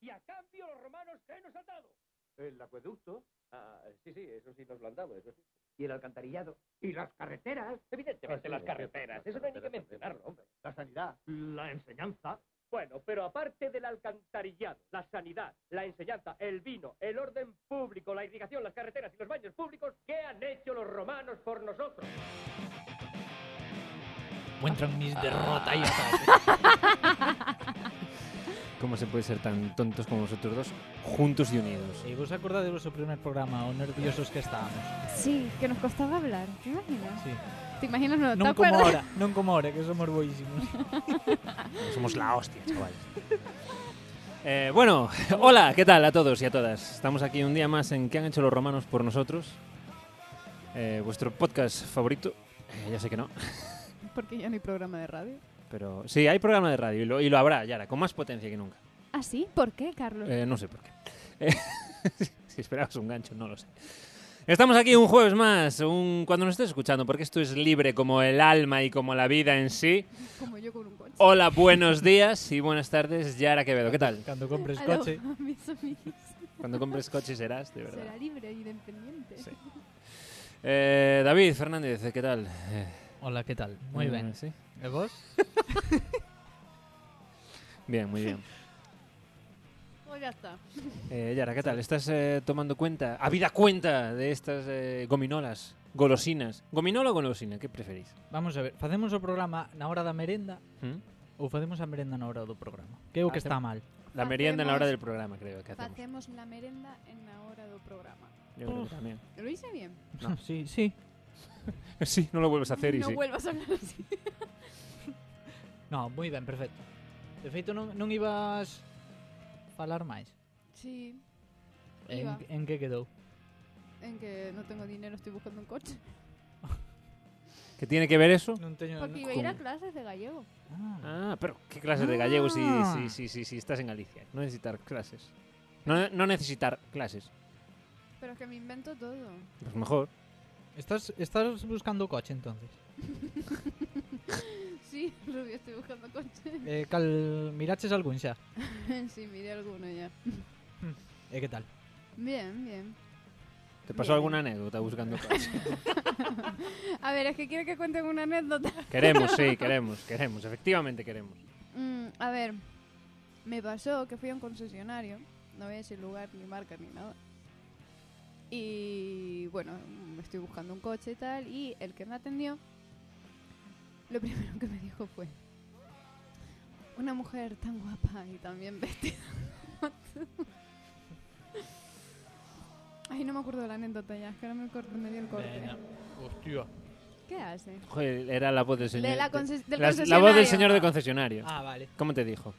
y a cambio los romanos, ¿qué nos han dado? El acueducto Ah, sí, sí, eso sí nos lo han dado, eso sí. y el alcantarillado, Y las carreteras, Ah, Evidentemente, sí, las sí, carreteras. sí, eso las no hay ni que carreteras mencionarlo, hombre. la sanidad, la enseñanza. Bueno, pero aparte del alcantarillado, la sanidad, la enseñanza, el vino, el orden público, la irrigación, las carreteras y los baños públicos, ¿qué han hecho los romanos por nosotros? Encuentran mis derrotas y ataques. ¿Cómo se puede ser tan tontos como vosotros dos juntos y unidos? Si vos acordás de vuestro primer programa, o nerviosos que estábamos. Sí, que nos costaba hablar. ¿Te imaginas? Sí. ¿Te imaginas? No, ¿Te Non como acuerdas? ahora, non como ahora, que somos boísimos. Somos la hostia, chavales. Eh, bueno, hola, ¿qué tal a todos y a todas? Estamos aquí un día más en ¿Qué han hecho los romanos por nosotros? Eh, vuestro podcast favorito. Eh, ya sé que no, Porque ya no hay programa de radio. pero sí, hay programa de radio y lo, y lo habrá, Yara, con más potencia que nunca. ¿Ah, sí? ¿Por qué, Carlos? Eh, no sé por qué. Eh, si esperabas un gancho, no lo sé. Estamos aquí un jueves más, un, cuando nos estés escuchando, porque esto es libre como el alma y como la vida en sí. Como yo con un coche. Hola, buenos días y buenas tardes, Yara Quevedo. ¿Qué tal? Cando compres Aló, coche, a mis amigos. Cuando compres coches serás, de verdad. Será libre e independiente. Sí. Eh, David Fernández, ¿qué tal? Hola, ¿qué tal? Moi Eh, ben. ¿sí? E vos? Bien, muy bien. Pues ya está. Eh, Yara, ¿qué tal? ¿Estás eh, tomando cuenta, habida cuenta de estas eh, gominolas, golosinas? ¿Gominola o golosina? ¿Qué preferís? Vamos a ver, facemos o programa na hora da merenda ¿Mm? ou facemos a merenda na hora do programa? Que é o que está mal? La merienda en la hora Hacemos- del programa, creo que hacemos. Facemos la merenda en la hora do programa. Yo creo que también. Lo hice bien. No. Sí, sí. Sí, no lo vuelves a hacer y no sí. vuelvas a hablar así. No, moi ben, perfecto. De feito, non, non ibas falar máis. Sí. En, Iba. en que quedou? En que no tengo dinero, estoy buscando un coche. ¿Qué tiene que ver eso? Non teño... Porque iba a ir a ¿cómo? clases de gallego. Ah, Ah, pero ¿qué clases de gallego si, si, si, si, si estás en Galicia? No necesitar clases. No, no necesitar clases. Pero es que me invento todo. Pues mejor. estás, estás buscando coche, entonces? Sí, Rubio, estoy buscando coche. Eh, cal... Miraches algún xa? sí, miré alguno ya. E que tal? Bien, bien. ¿Te pasó Bien. alguna anécdota buscando coches? A ver, es que quiero que cuenten una anécdota. queremos, sí, queremos, queremos. Efectivamente queremos. Mm, a ver, me pasó que fui a un concesionario, no voy a decir lugar ni marca ni nada. Y bueno, mm, estoy buscando un coche y tal, y el que me atendió, lo primero que me dijo fue, una mujer tan guapa y tan bien vestida. Ay, no me acuerdo de la anécdota ya, es que ahora me, corto, me dio el corte. Hostia. ¿Qué hace? Joder, era la voz del señor. De la conces- del las- la voz del concesionario. señor del concesionario. Ah, vale. ¿Cómo te dijo?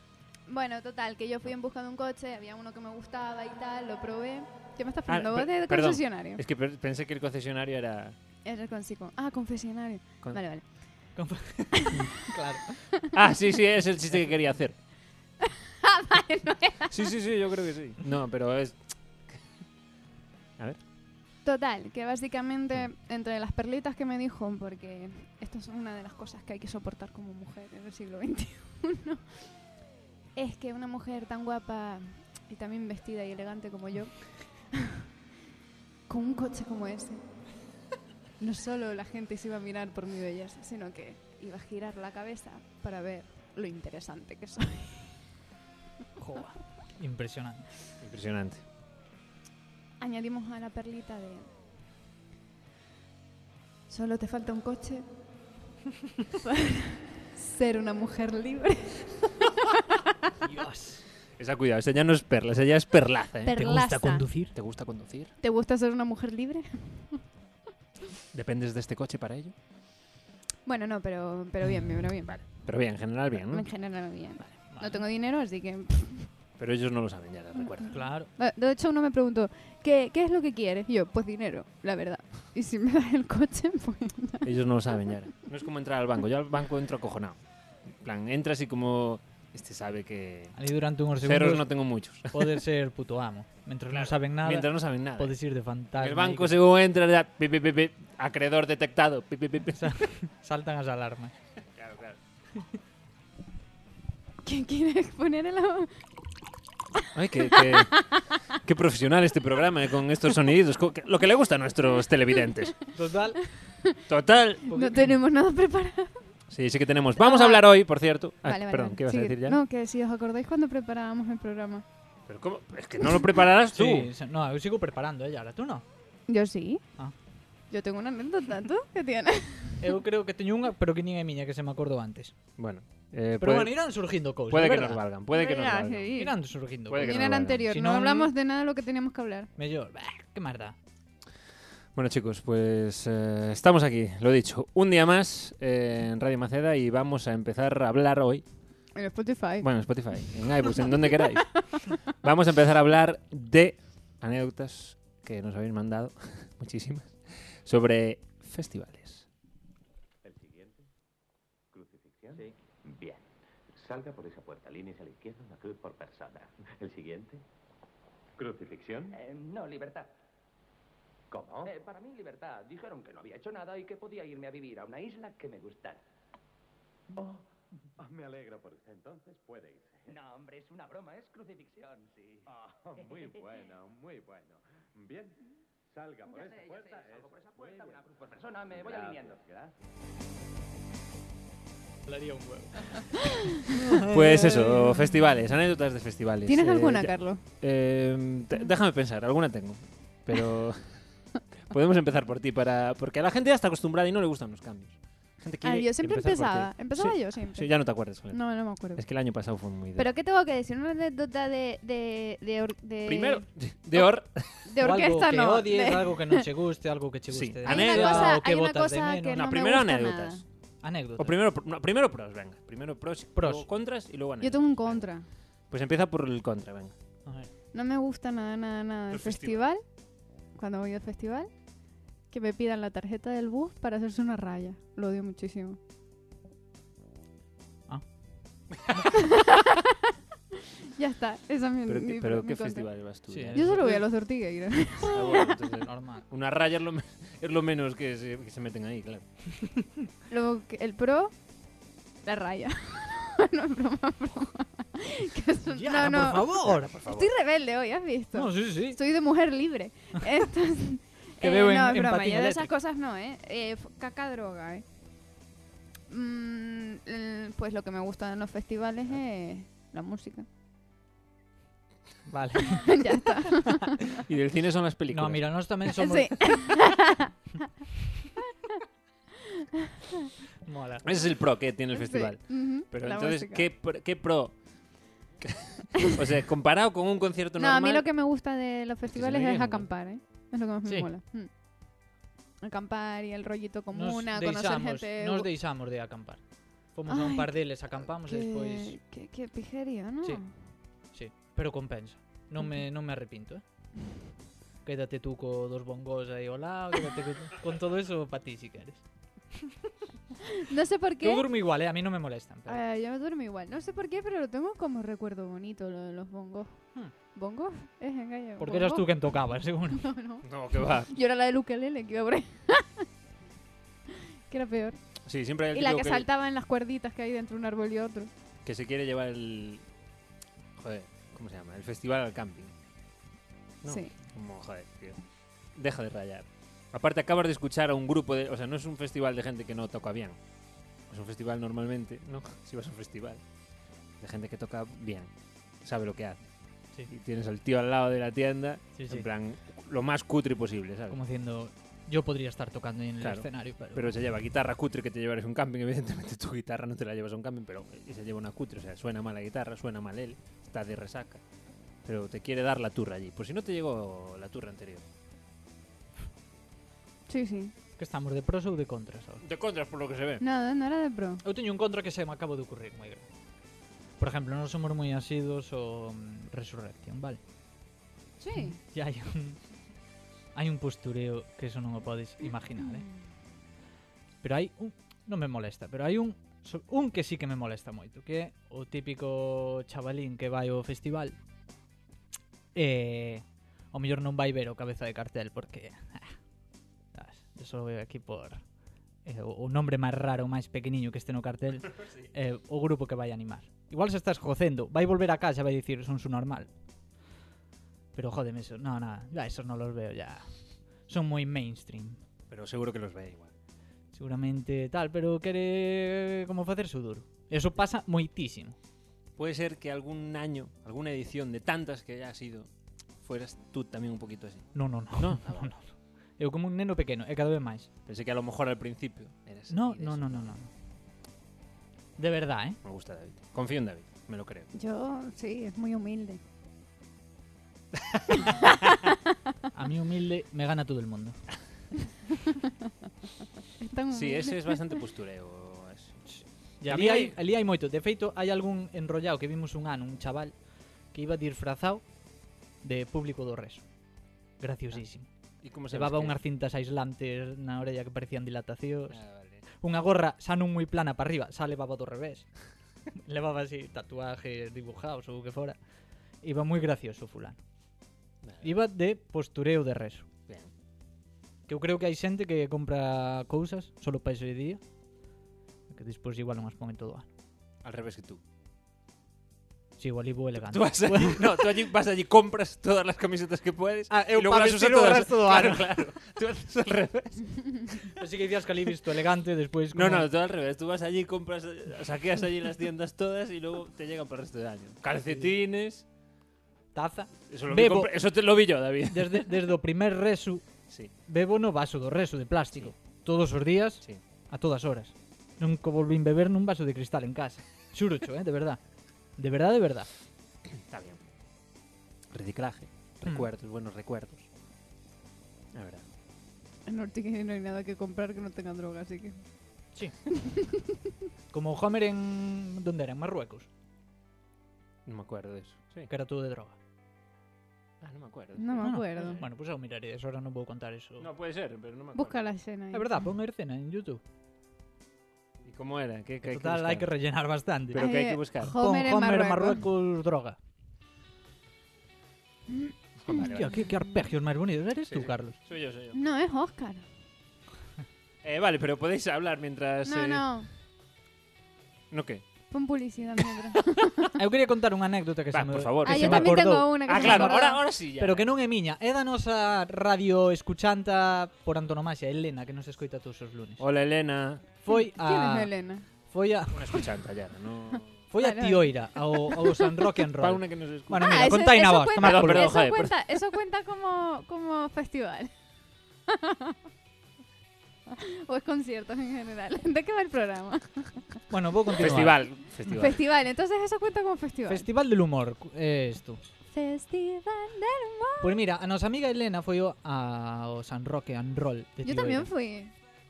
Bueno, total, que yo fui en busca de un coche, había uno que me gustaba y tal, lo probé. ¿Qué me estás Ah, poniendo? pe- Vos de perdón. concesionario. Es que per- pensé que el concesionario era. Era el consigo. Ah, confesionario. Con- Vale, vale. Claro. Ah, sí, sí, es el chiste que quería hacer. Ah, vale, no era. Sí, sí, sí, yo creo que sí. No, pero es. Total, que básicamente entre las perlitas que me dijo, porque esto es una de las cosas que hay que soportar como mujer en el siglo XXI, es que una mujer tan guapa y también vestida y elegante como yo, con un coche como ese, no solo la gente se iba a mirar por mi belleza, sino que iba a girar la cabeza para ver lo interesante que soy. Joa. Impresionante. Impresionante. Añadimos a la perlita de... Solo te falta un coche para ser una mujer libre. Dios. Esa, cuidado, esa ya no es perla, esa ya es perlaza. ¿eh? Per- ¿Te Perlaza. gusta conducir? ¿Te gusta conducir? ¿Te gusta ser una mujer libre? ¿Dependes de este coche para ello? Bueno, no, pero, pero bien, pero bien. Pero bien, en general bien, ¿no? En general bien. No Vale. tengo dinero, así que... eh, Pero ellos no lo saben, ya recuerda. Claro. De hecho, uno me preguntó, ¿qué, qué es lo que quieres? Y yo, pues dinero, la verdad. Y si me das el coche, pues... Ellos no lo saben, ya. No es como entrar al banco. Yo al banco entro acojonado. En plan, entras y como... Este sabe que... Ali durante unos segundos Ceros no tengo muchos. podes ser puto amo. Mientras non saben nada, Mientras no saben nada. podes ir de fantasma. El e banco que según entras ya... pi, pi, pi, pi, acreedor detectado. pi, pi, pi, pi. Saltan as alarmas. Claro, claro. ¿Quién quiere poner el... Ay, qué, qué- qué profesional este programa eh, con estos sonidos. co- que- Lo que le gusta a nuestros televidentes. Total. Total. No tenemos nada preparado. Sí, sí que tenemos. Vamos a hablar hoy, por cierto. Ah, Vale, vale, perdón, vale. ¿qué ibas a Sigue. decir ya? No, que si os acordáis cuando preparábamos el programa. Pero ¿cómo? Es que no lo prepararás tú. Sí, se- no, yo sigo preparando, ella, ahora tú no. Yo sí. Ah. Yo tengo una anécdota, ¿tú? ¿Qué tienes? Eu creo que teño unha, pero que nin é miña, que se me acordou antes. Bueno, eh, Pero puede, bueno, irán surgindo cousas, puede que verdad? nos valgan. Puede que nos Venga, valgan. sí. Irán surgindo cousas. Puede que no en el lo hagan. anterior, Si no, no- hablamos de nada de lo que teníamos que hablar. Mellor, bah, que máis dá. Bueno, chicos, pues eh, estamos aquí, lo dicho. Un día más eh, en Radio Maceda y vamos a empezar a hablar hoy. En Spotify. Bueno, en Spotify, en iBooks, en donde queráis. Vamos a empezar a hablar de anécdotas que nos habéis mandado, muchísimas, sobre festivales. ¿El siguiente? ¿Crucifixión? Sí. Bien. Salga por esa puerta. Líneas a la izquierda, una cruz por persona. ¿El siguiente? ¿Crucifixión? Eh, no, libertad. ¿Cómo? Eh, para mí, libertad. Dijeron que no había hecho nada y que podía irme a vivir a una isla que me gustara. Oh, ah, me alegro por usted. Entonces puede irse. Ah, No, hombre, es una broma, es crucifixión, sí. muy bueno, muy bueno. Bien. Salga por Ya esa sé, ya puerta. sé, salgo por esa Muy puerta, bien. una cruz por persona, me voy Gracias, alineando. Gracias. Hablaría un huevo. Pues eso, festivales, anécdotas de festivales. ¿Tienes Eh, alguna, ya- Carlos? eh, te- déjame pensar, alguna tengo, pero podemos empezar por ti, para porque a la gente ya está acostumbrada y no le gustan los cambios. La gente Ah, quiere yo siempre empezar por empezaba. ti. Empezaba Sí, yo siempre. sí, ya no te acuerdas. Julián. No, no me acuerdo. Es que el año pasado fue muy... de- ¿Pero qué tengo que decir? ¿Una anécdota de... de, de, or- de- Primero, de or... De orquesta algo que no. odies, de- algo que non che guste, algo que che Sí, guste. de Hay una Anécdota, cosa, o que hay una botas de cosa menos. que No, no, primero me gusta anécdotas. nada. Anécdota. O primero, pro- no, primero pros, venga. Primero pros, Pros. luego contras y luego Yo anécdotas. tengo un contra. Pues empieza por el contra, venga. A ver. No me gusta nada, nada, nada. El, El festival, cuando voy al festival, que me pidan la tarjeta del bus para hacerse una raya. Lo odio muchísimo. Ah. ya está, esa es mi Pero, mi- qué- pero mi ¿qué contra. festival vas tú? Sí, ya? eh. Yo solo voy a los de Ortigueira. Ah, bueno, entonces, Normal. una raya es lo, me- es lo menos que se, que se meten ahí, claro. Luego, que- el pro, la raya. no, es broma, es broma. Que es un- Ya, no, por no. favor. Por favor. Estoy rebelde hoy, ¿has visto? No, sí, sí, sí. Soy de mujer libre. Entonces, Que eh, veo en- no, es en broma, patín yo de esas eléctrico. cosas no, ¿eh? Eh, f- caca droga, ¿eh? Mm, eh, pues lo que me gusta en los festivales es la música. Vale. ya está. Y del cine son las No, películas. mira, nós tamén somos... Sí. Mola. Ese es el pro que tiene el festival. Sí, ujú, Pero la entonces, música. ¿qué, pro- qué pro? o sea, comparado con un concierto No, normal... a mí lo que me gusta de los festivales muy es bien, acampar, ¿eh? Es lo que más me Sí. mola. Mm. Acampar y el rollito Nos comuna, conocer deixamos, gente... nos deixamos de acampar. Fomos a Ai, un par deles, acampamos e despois... que, que, que pijería, ¿no? Sí. Sí, pero compensa. Non me, non me arrepinto, eh. Quédate tú co dos bongos aí ao lado, quédate co, con todo eso pa ti, si queres. No sé por qué. Eu durmo igual, eh, a mí non me molestan. Pero... Ah, yo me duermo igual. No sé por qué, pero lo tengo como recuerdo bonito, lo de los bongos. Hmm. ¿Bongos? Es en gallego. Porque eras tú ¿Bongos? quen tocaba, seguro. No, no. No, que va. Yo era la del ukelele que iba por ahí. que era peor. Sí, siempre hay el Y la típico que saltaba en las cuerditas que hay entre un árbol y otro. que se quiere llevar el... Joder, ¿cómo se llama? El festival al camping. No. Sí. Como, joder, tío. Deja de rayar. Aparte, acabas de escuchar a un grupo de. O sea, no es un festival de gente que no toca bien. Es un festival normalmente, ¿no? Si vas a un festival. De gente que toca bien. Sabe lo que hace. Sí. Y tienes al tío al lado de la tienda. Sí, En sí. plan, lo más cutre posible, ¿sabes? Como diciendo, yo podría estar tocando en el Claro, escenario, pero... Pero se lleva guitarra cutre que te llevarás a un camping. Evidentemente, tu guitarra no te la llevas a un camping, pero eh, y se lleva una cutre. O sea, suena mal la guitarra, suena mal él. Está de resaca. Pero te quiere dar la turra allí. Por si no te llegó la turra anterior. Sí, sí. Que estamos de pros ou de contras ahora. De contras, por lo que se ve. Nada, no era de pro. Eu teño un contra que se me acabo de ocurrir moi grande. Por exemplo, non somos moi asidos o mm, Resurrection, vale? Sí. E hai un... Hai un postureo que eso non o podes imaginar, eh? Pero hai un... Non me molesta, pero hai un... so- Un que sí que me molesta moito, que é o típico chavalín que vai ao festival e... O mellor non vai ver o cabeza de cartel porque... ah, sabes, eu só veo aquí por eh, o, o nombre máis raro, máis pequeniño que este no cartel, eh, o grupo que vai animar. Igual se estás jocendo, vai volver a casa e vai dicir son su normal. Pero jódeme eso, no, no, ya esos no los veo ya. Son moi mainstream. Pero seguro que los ve igual. Seguramente tal, pero quere como facer su duro. Eso pasa moitísimo. Puede ser que algún año, alguna edición de tantas que ya ha sido, fueras tú también un poquito así. No, no, no. No. no, no. Eu como un neno pequeno, e cada vez máis. Pensé que a lo mejor al principio eras No, así, de no, eso. no, no, no. De verdad, eh? Me gusta David. Confío en David, me lo creo. Yo, sí, es muy humilde. A mí humilde me gana todo el mundo. Es tan Sí, humilde. ese es bastante postureo. es- E A ali mí hai, hai- ali hai moito. De feito, hai algún enrollado que vimos un ano, un chaval, que iba disfrazado de público do reso. Graciosísimo. ¿Y cómo sabes Levaba que- unhas cintas aislantes na orella que parecían dilatacións. Ah, vale. Unha gorra xa non moi plana para arriba, xa levaba do revés. levaba así tatuajes dibujados ou o que fora. Iba moi gracioso fulano. Vale, Iba de postureo de reso. bien. Que eu creo que hai xente que compra cousas solo para ese día. Que despois igual non as pon en todo o ano. Al revés que tú. Si, igual ibo elegante. Tú vas allí, no, tú allí vas allí, compras todas las camisetas que puedes. Ah, eu y luego pa las vestir usas o todas. resto do claro, ano. claro. Tú haces al revés. Así que dicías que ali visto elegante, despois como... No, no, todo al revés. Tú vas allí, compras, eh, saqueas allí las tiendas todas y luego te llegan para el resto del año. Calcetines. Taza. Eso, lo vi, Bebo. compra- eso te lo vi yo, David. Desde, desde o primer resu, Sí, bebo no vaso do resu de plástico. Todos os días, sí. a todas horas. Nunca volvín beber nun vaso de cristal en casa. Xurucho, eh, de verdad. De verdad, de verdad. Está bien. Reciclaje. Recuerdos, buenos recuerdos. La verdad. En Ortigue no hay nada que comprar que no tenga droga, así que... Sí. Como Homer en... Donde era? En Marruecos. No me acuerdo de eso. Sí. Que era todo de droga. Ah, no me acuerdo. No me Bueno, acuerdo. Bueno, pues eu miraré eso, ahora non vou contar eso. No puede ser, pero no me acuerdo. Busca la escena. ahí. É verdad, pon a escena en Youtube. ¿Y cómo era? ¿Qué, qué Que total, hai que buscar? rellenar bastante. Pero que hay Ay, que buscar. pon Homer en Homer, en Marruecos. Marruecos droga. Vale, Hostia, vale. qué, qué arpegios más bonitos. Eres Sí, tú, sí. Carlos. Soy yo, soy yo. No, es Oscar. Eh, vale, pero podéis hablar mientras. No, eh, no. ¿No qué? Pon publicidad mientras. Ah, Eu quería contar unha anécdota que Va, se me... por favor. que ah, se yo me también acordou. tengo una que Ah, se me claro, acordó. ahora, ahora sí ya. Pero que non é miña, é da nosa radio escuchanta por antonomasia, Elena, que nos escoita todos os lunes. Hola, Elena. Foi ¿Quién Ah. a es Ah, Elena? foi a Una escuchanta ya, no. foi a Vale, vale. Tioira ao ao San Roque and Para Roll. una que nos escucha. Bueno, Ah, mira, eso- contai na eso voz, cuenta- toma por Perdón, culo. eso, joder, cuenta, eso cuenta como, como festival. o es conciertos en general. ¿De qué va el programa? Bueno, vou continuar. Festival. Festival. Festival, entonces eso cuenta como festival. Festival del humor, cu- é isto. festival del humor. Pois mira, a nosa amiga Elena foi ao- ao San Roque and Roll de Yo Tioira. también fui.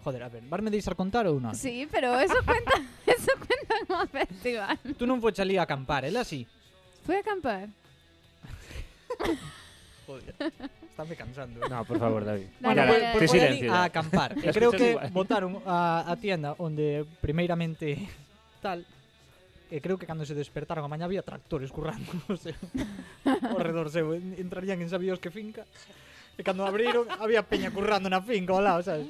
Joder, a ver, varme deixar contar ou Ah, non? Sí, pero eso cuenta, eso cuenta como festival. Tú non foches ali a acampar, ela sí. Fui a acampar. Joder, estáme cansando. eh. No, por favor, David. Ya, Dale, dale, dale. Te Pues Poder silencio. ir a acampar. E Las creo escuchas que igual. botaron a, a tienda onde primeiramente tal e creo que cando se despertaron a mañá había tractores currando o seu, ao redor seu En- entrarían en sabidos que finca e cando abriron había peña currando na finca ao lado, sabes?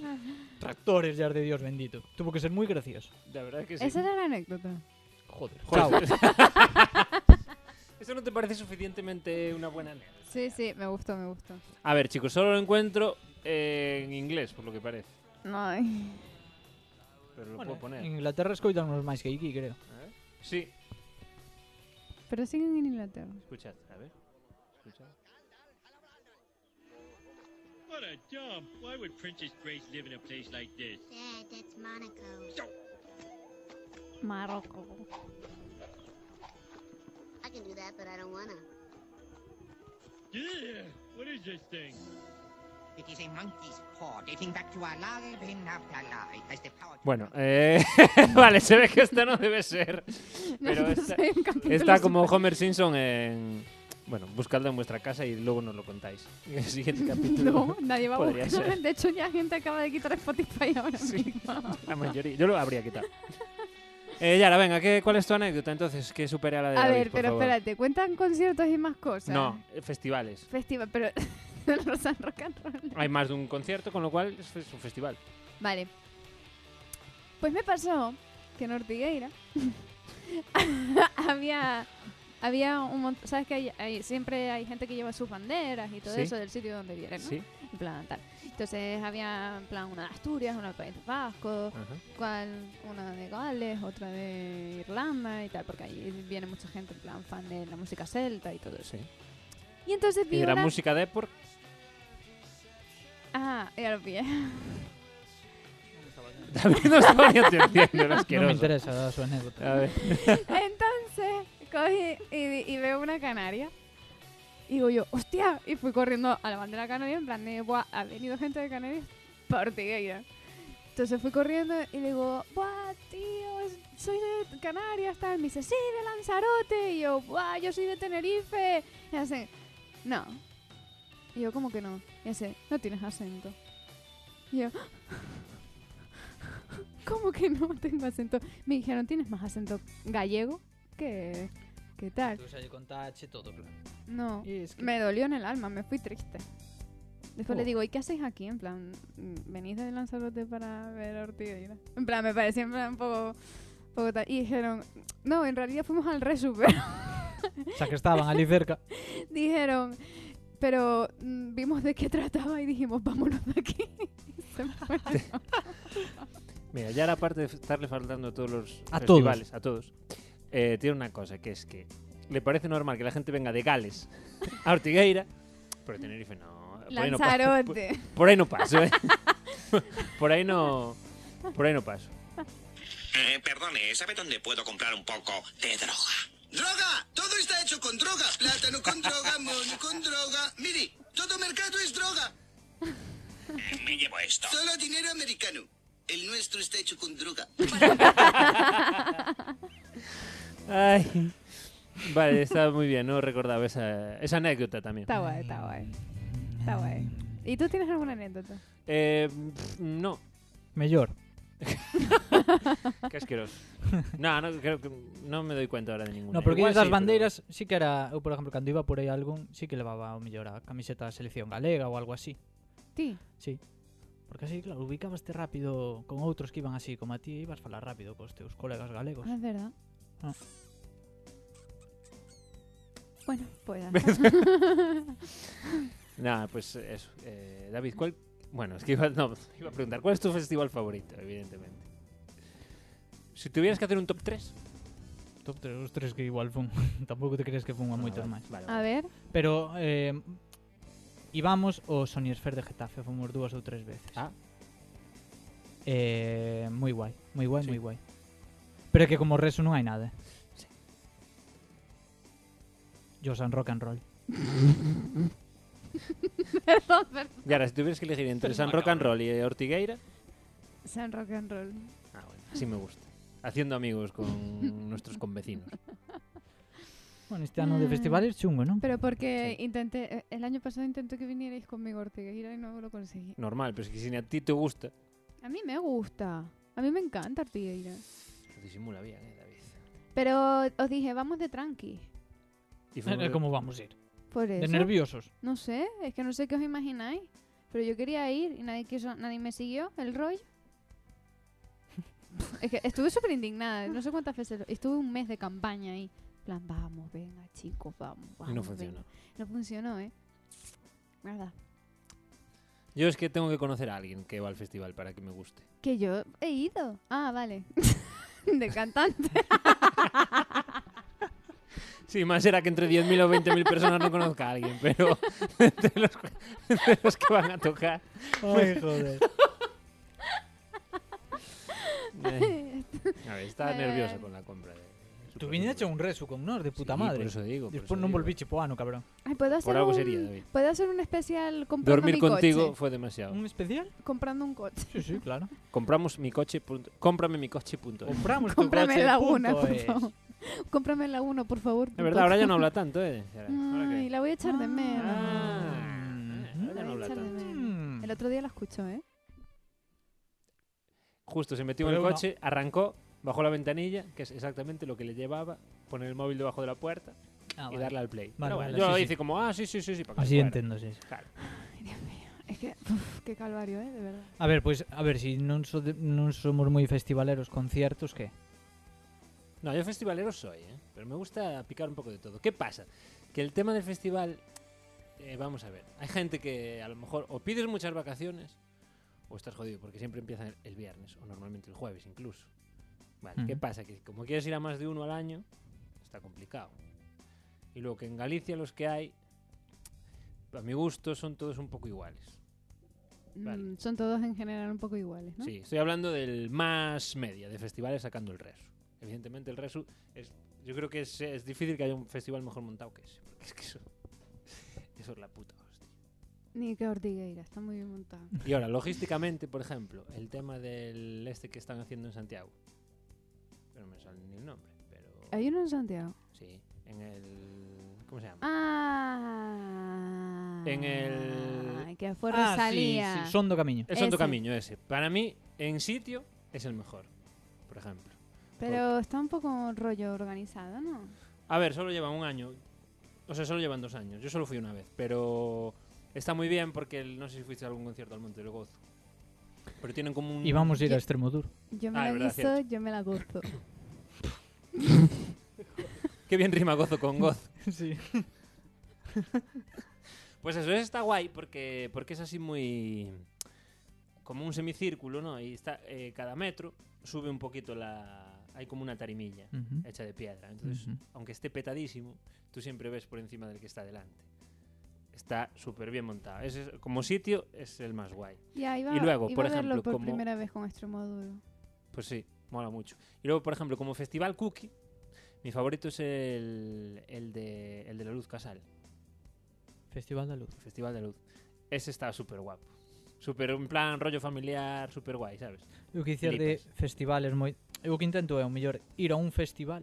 Tractores, ya de Dios bendito. Tuvo que ser moi gracioso. La verdad que sí. Esa era la anécdota. Joder. Chao. Joder. ¿Eso no te parece suficientemente una buena anécdota? Sí, sí, me gustó, me gustó. A ver, chicos, solo lo encuentro eh, en inglés, por lo que parece. Ay. Pero lo Bueno, puedo poner. en Inglaterra escoitan unos máis que aquí, creo. Sí, Pero siguen en Inglaterra. escuchad, a ver. Escuchad. What a dump! Why would Princess Grace live in a place like this? Dad, that's Monaco. Marroco. I can do that, but I don't wanna. Yeah! What is this thing? It is a monkey's paw dating back to alive in afterlife as the power. to- Bueno, eh, vale, se ve que esta no debe ser. Pero esta- Está como Homer Simpson en... Bueno, buscadlo en vuestra casa y luego nos lo contáis. En el siguiente capítulo. No, nadie va a Podría buscar. ser. De hecho, ya gente acaba de quitar Spotify ahora Sí. mismo. La mayoría. Yo lo habría quitado. Eh, Yara, venga, ¿qué, ¿cuál es tu anécdota entonces que supere a la de A David, ver, por pero favor? espérate, cuentan conciertos y más cosas. No, eh, festivales. Festival, pero. el Rosan Rock and Roll. Hay más de un concierto, con lo cual es es un festival. Vale. Pues me pasó que en Ortigueira había, había un montón. ¿Sabes que hay, hay- siempre hay gente que lleva sus banderas y todo Sí. eso del sitio donde vienen, ¿Eh, ¿no? Sí. En plan, tal. Entonces había en plan una de Asturias, una de País Vasco, cual, una de Gales, otra de Irlanda y tal, porque ahí viene mucha gente en plan fan de la música celta y todo eso. Y entonces vi Y de la una- música de por... Ah, ya lo pillé. David no está poniendo atención, No me interesa da su anécdota. A ver. Entonces, cogí y, di- y veo una canaria. Y digo yo, hostia. Y fui corriendo a la bandera canaria en plan de, "Buah, ha venido gente de Canarias para Ortigueira. Entonces fui corriendo y le digo, buah, tío, es- soy de Canarias, tal. Me dice, sí, de Lanzarote. Y yo, buah, yo soy de Tenerife. Y hace, no. Y yo, ¿cómo que no? Y hace, no tienes acento. Y yo, ¿cómo que no tengo acento? Me dijeron, ¿tienes más acento gallego? ¿Qué, qué tal? Tú sabes con tache todo, claro. No, Y es que- me dolió en el alma, me fui triste. Después Oh. le digo, ¿y qué hacéis aquí? En plan, mm, ¿venís de Lanzarote para ver a Ortigoira? En plan, me parecía en plan un poco, un poco tal. Y dijeron, no, en realidad fuimos al Resu, pero O sea, que estaban allí cerca. dijeron, pero mm, vimos de qué trataba y dijimos, vámonos de aquí. Y se fueron. Mira, ya la parte de estarle faltando a todos los A todos. festivales, a todos, eh, tiene una cosa, que es que le parece normal que la gente venga de Gales a Ortigueira, pero Tenerife no. Por ahí no paso. Lanzarote. Por, por ahí no paso, ¿eh? Por ahí no, por ahí no paso. Eh, perdone, ¿sabe dónde puedo comprar un poco de droga? ¡Droga! Todo está hecho con droga. Plátano con droga, mono con droga. Mire, todo mercado es droga. Eh, Me llevo esto. Solo dinero americano. El nuestro está hecho con droga. Ay. Vale, está muy bien, no recordaba esa, esa anécdota también. Está guay, está guay. Está guay. ¿Y tú tienes alguna anécdota? Eh, pff, no, Mejor. qué asqueroso. No, no, creo que no me doy cuenta ahora de ninguna. No, porque Igual das sí, pero- bandeiras sí que era, eu, por exemplo, cando iba por aí algún, sí que levaba o mellor a camiseta da selección galega ou algo así. Ti. Sí. Porque así, claro, ubicabaste rápido con outros que iban así, como a ti ibas falar rápido cos teus colegas galegos. Ah, es verdad. Ah. Bueno, pues ya ¿Ves? está. Nada, pues eso. Eh, David, ¿cuál? Bueno, es que iba, no, iba a preguntar, ¿cuál es tu festival favorito? Evidentemente. Si tuvieras que hacer un top 3. Top 3, os tres que igual fun. Tampouco te crees que fun a moitos máis. A ver, Pero eh, íbamos o Soniesfer de Getafe, fomos dúas ou tres veces. Ah. Eh, moi guai, moi guai, moi guai. Pero é que como reso non hai nada. Sí. Yo san rock and roll. perdón, perdón. Y ahora, si tuvieras que elegir entre San Rock and Roll y eh, Ortigueira. San Rock and Roll. Ah, bueno, sí me gusta. Haciendo amigos con nuestros convecinos. Bueno, este ano de Ah. festivales chungo, non? Pero porque intenté, eh, el año pasado intenté que vinierais conmigo a Ortigueira y no lo conseguí. Normal, pero es que si ni a ti te gusta. A mí me gusta. A mí me encanta Ortigueira. Lo disimula bien, eh, David. Pero os dije, vamos de tranqui. Y fue Eh, un- Como vamos a ir? Por eso. De nerviosos. No sé, es que no sé qué os imagináis. Pero yo quería ir y nadie quiso, nadie me siguió, el rollo. es que estuve súper indignada, no sé cuántas veces. lo- Estuve un mes de campaña ahí. En plan, vamos, venga, chicos, vamos, y vamos. no funcionó. venga". No funcionó, ¿eh? Verdad. Yo es que tengo que conocer a alguien que va al festival para que me guste. Que yo he ido. Ah, vale. de cantante. Sí, más será que entre 10.000 o 20.000 personas no conozca a alguien, pero entre los, entre los que van a tocar. Ay, joder. eh, a ver, está Vale, nerviosa vale. con la compra. De su Tú producto. viniste a un resu con nos, de puta Sí, madre. Por eso digo. por eso Despois non digo. volviche po ano, cabrón. Ay, puedo hacer algo un, sería, David. puedo hacer un especial comprando Dormir mi contigo coche. fue demasiado. Un especial? Comprando un coche. Sí, sí, claro. Compramos mi coche. punto- Cómprame mi coche. Punto. es. Compramos tu Cómprame coche, la una, punto por es. favor. Cómprame la uno, por favor. La verdad, ahora ya no habla tanto, ¿eh? Ahora- ahora Ay, que- la voy a echar de menos. Ah, ahora ya La no voy a habla echar de tanto. menos. Mm. El otro día la escucho, ¿eh? Justo se metió en el Pero no. coche, arrancó, bajó la ventanilla, que es exactamente lo que le llevaba, poner el móvil debajo de la puerta Ah, y vale. darle al play. Vale, Pero bueno, vale, yo sí, sí. hice como, ah, sí, sí, sí, sí. para que Así fuera. entendo, sí. sí. Claro. Ay, Dios mío. Es es que, uf, qué calvario, ¿eh? De verdad. A ver, pois, a ver, si non, so de, non somos moi festivaleros conciertos, que? No, yo festivalero soy, ¿eh? pero me gusta picar un poco de todo. ¿Qué pasa? Que el tema del festival, eh, vamos a ver, hay gente que a lo mejor o pides muchas vacaciones o estás jodido, porque siempre empiezan el viernes o normalmente el jueves incluso. Vale, ¿qué Ujú. pasa? Que como quieres ir a más de uno al año, está complicado. Y luego que en Galicia los que hay, a mi gusto, son todos un poco iguales. Mm, son todos en general un poco iguales, ¿no? Sí, estoy hablando del más media, de festivales sacando el Resu. Evidentemente el Resu es... Yo creo que es, es difícil que haya un festival mejor montado que ese. Porque es que eso... Eso es la puta hostia. Ni que Ortigueira, está muy bien montado. Y ahora, logísticamente, por ejemplo, el tema del este que están haciendo en Santiago. Pero no me sale ni el nombre, pero... ¿Hay uno en Santiago? Sí, en el... ¿Cómo se llama? Ah. En el... Que fue Ah, Rosalía. Son do Camiño. El Son do Ese. Camiño, ese. Para mí, en sitio, es el mejor. Por ejemplo. Pero está un poco rollo organizado, ¿no? A ver, solo llevan un año. O sea, solo llevan dos años. Yo solo fui una vez. Pero está muy bien porque el- no sé si fuiste a algún concierto al Monte del Gozo. Pero tienen como un. Y vamos a ir a Yo- Extremadura. Yo me Ah, la es verdad, guiso, yo me la gozo. Qué bien rima gozo con gozo. sí. Pues eso, eso está guay porque, porque es así muy. como un semicírculo, ¿no? Y está eh, cada metro sube un poquito la. hay como una tarimilla Ujú. hecha de piedra. Entonces, Ujú. aunque esté petadísimo, tú siempre ves por encima del que está delante. Está súper bien montado. Es, es- como sitio es el más guay. Ya, iba, y luego, iba por a verlo ejemplo, por como. primera vez con este Extremoduro. Pues sí, mola mucho. Y luego, por ejemplo, como Festival Cookie, mi favorito es el, el, de, el de la Luz Casal. Festival da Luz. Festival de Luz. Ese está súper guapo. Súper, en plan, rollo familiar, súper guay, ¿sabes? Eu que dicir de festivales moi... Eu o que intento é o mellor ir a un festival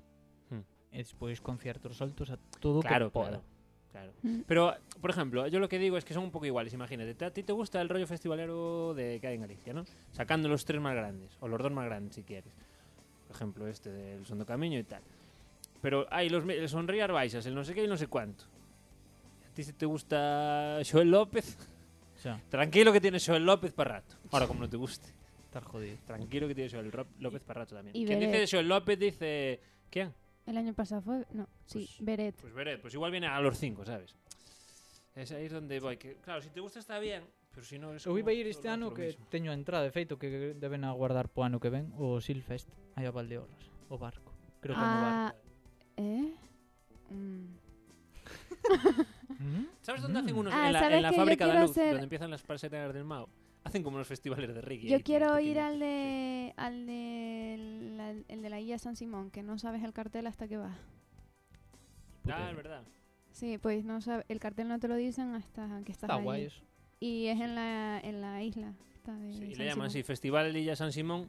Hmm. e despois conciertos soltos a todo Claro, que poda. claro. Mm. Pero, por ejemplo, yo lo que digo es que son un poco iguales, imagínate. te- A ti te gusta el rollo festivalero de que hay en Galicia, ¿no? Sacando los tres más grandes, o los dos más grandes si quieres. Por ejemplo, este del Sondo Camino y tal. Pero hay los me- el Sonrías Baixas, el no sé qué y no sé cuánto. A ti si te gusta Joel López, Xa. tranquilo que tienes Joel López para rato. Ahora, como no te guste. Estar jodido. Tranquilo que tienes Joel Ro- López para rato también. y Quien Beret. dice Joel López dice... ¿Quién? El año pasado fue. No, sí, Beret. Pues veré, pues igual viene a los 5, ¿sabes? Es ahí es donde voy. que, claro, si te gusta está bien, pero si no es. Eu como iba a ir todo este lo ano otro que mismo. teño a entrada, de feito, que deben aguardar po ano que ven o Silfest, aí a Valdeorras, o barco. Creo que é no barco. ah, ¿Eh? Mm. ¿Sabes dónde hacen Mm. unos? Ah, en la, ¿sabes en la que yo fábrica de quiero luz, hacer- donde empiezan las parcelas del Mao, hacen como unos festivales de reggae. Yo ahí, quiero ir pequeñitos. al de, al de la, el de la guía San Simón, que no sabes el cartel hasta que vas. Ah, es verdad. Sí, pues no sabe, el cartel no te lo dicen hasta que estás Está allí. guai eso. Y es en la, en la isla. esta de Y San le llaman Simón. así: Festival de Illa San Simón,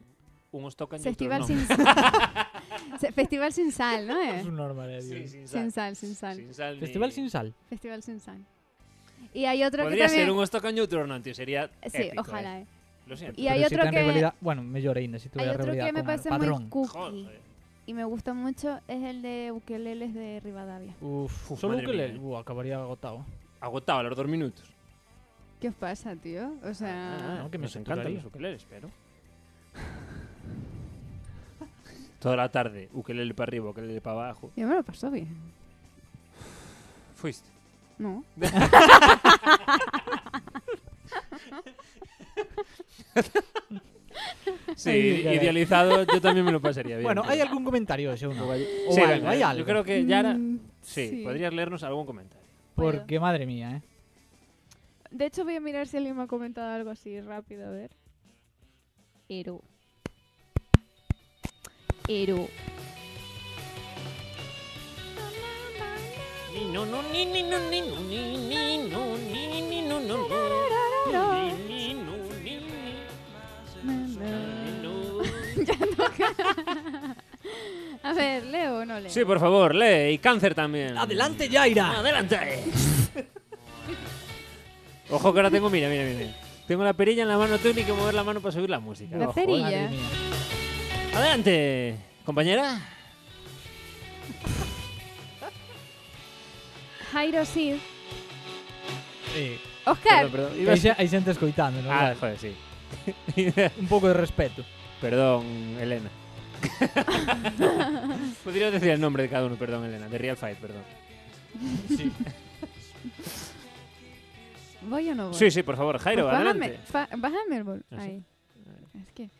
unos tocan y Festival otros no. sin Se- Festival sin sal, ¿no es? Es un normal, eh, Sí, Dios. sin sal. Sin sal, sin sal. Sin sal ni- Festival sin sal. Festival sin sal. Y hay otro que Podría también... ser unos tocan y otros no, tío. Sería. Sí, épico, ojalá, eh. eh. Lo siento. Y hay Pero si otro ten que- rivalidad- Bueno, mellor aínda, si Hay tuve otro rivalidad que me con parece muy Padrón. cookie y me gusta mucho es el de ukeleles de Rivadavia. Uf, Uf, solo madre que mía, le... eh. Uh, acabaría agotado. Agotado a los dos minutos. ¿Qué os pasa, tío? O sea, no, que me Nos encantan saturaría. los ukeleles, pero. Toda la tarde, ukelele para arriba, ukelele para abajo. yo me lo paso bien. Fuiste. No. Sí, Ay, caray. idealizado yo también me lo pasaría bien. Bueno, pero- ¿hay algún comentario ese uno? O Sí, algo, venga, hay algo. Yo creo que Yara. Eh, Sí, Mm, sí. podrías leernos algún comentario. Porque, madre mía, eh. De hecho, voy a mirar si alguien me ha comentado algo así rápido, a ver. Eru. Eru. Ni, no, no, ni, ni, no, ni, no, ni, ni, no, ni, ni, no, no, no. Ni, ni, no, ni, ni. A ver, ¿leo o no leo? Sí, por favor, lee. Y cáncer también. Adelante, Ah. Yaira. Adelante. Ojo que ahora tengo, mira, mira, mira. Tengo la perilla en la mano, tengo ni que mover la mano para subir la música. La Ojo, eh. perilla. Adelante, compañera. Jairo Cid Eh, Óscar. Perdón, perdón. Que Hai, xe- hai xente escoitando, non? Ah, joder, sí. Un pouco de respeto. Perdón, Elena. Podría decir el nombre de cada uno, perdón, Elena. De Real Fight, perdón. Sí. ¿Voy o no voy? Sí, sí, por favor, Jairo, Pues bájame, adelante. fa- bájame el bol. Ah, sí. Ahí. Es que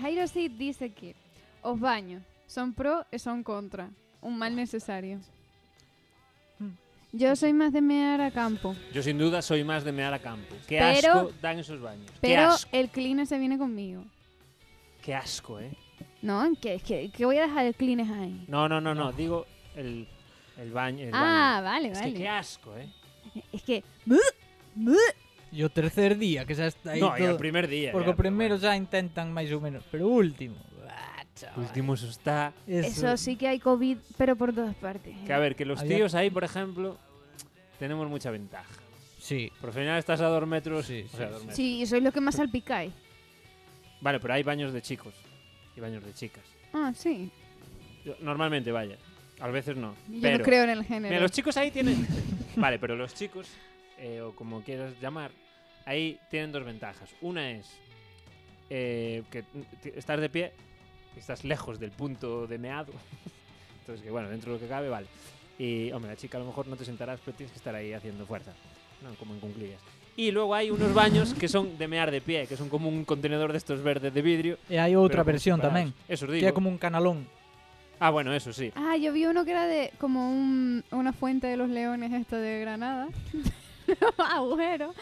Jairo sí dice que os baños son pro y son contra. Un mal necesario. Yo soy más de mear a campo. Yo sin duda soy más de mear a campo. Qué Pero- asco dan esos baños. Qué Pero asco, el cleaner se viene conmigo. qué asco, eh. No, que, que, que voy a dejar el cleaner ahí. No, no, no, no. Digo el, el baño. el ah, baño. vale, Es que vale. qué asco, eh. Es que. E o tercer día, que xa está aí No, e todo... o primer día, Porque o ya, primeiro xa intentan máis ou menos, pero o último... Ah, chaval. Último eso está. Eso sí que hay COVID, pero por todas partes. ¿eh? Que a ver, que los Había- tíos ahí, por ejemplo, tenemos mucha ventaja. Sí. Por al final estás a dos metros. o sea, a dos metros. Sí, y sois los que más salpicáis. Vale, pero hay baños de chicos y baños de chicas. Ah, sí. Yo- Normalmente, vaya. A veces no. Yo no pero, creo en el género. Mira, los chicos ahí tienen. vale, pero los chicos, eh, o como quieras llamar, ahí tienen dos ventajas. Una es eh, que t- estás de pie, estás lejos del punto de meado. Entonces, que bueno, dentro de lo que cabe, vale. Y, hombre, la chica a lo mejor no te sentarás, pero tienes que estar ahí haciendo fuerza. No, como en cunclillas. Y luego hay unos baños que son de mear de pie, que son como un contenedor de estos verdes de vidrio. E hai outra pero como versión separados. tamén. Eso os Que é digo. como un canalón. Ah, bueno, eso sí. Ah, yo vi uno que era de como un- una fuente de los leones, esto de Granada. Agujero.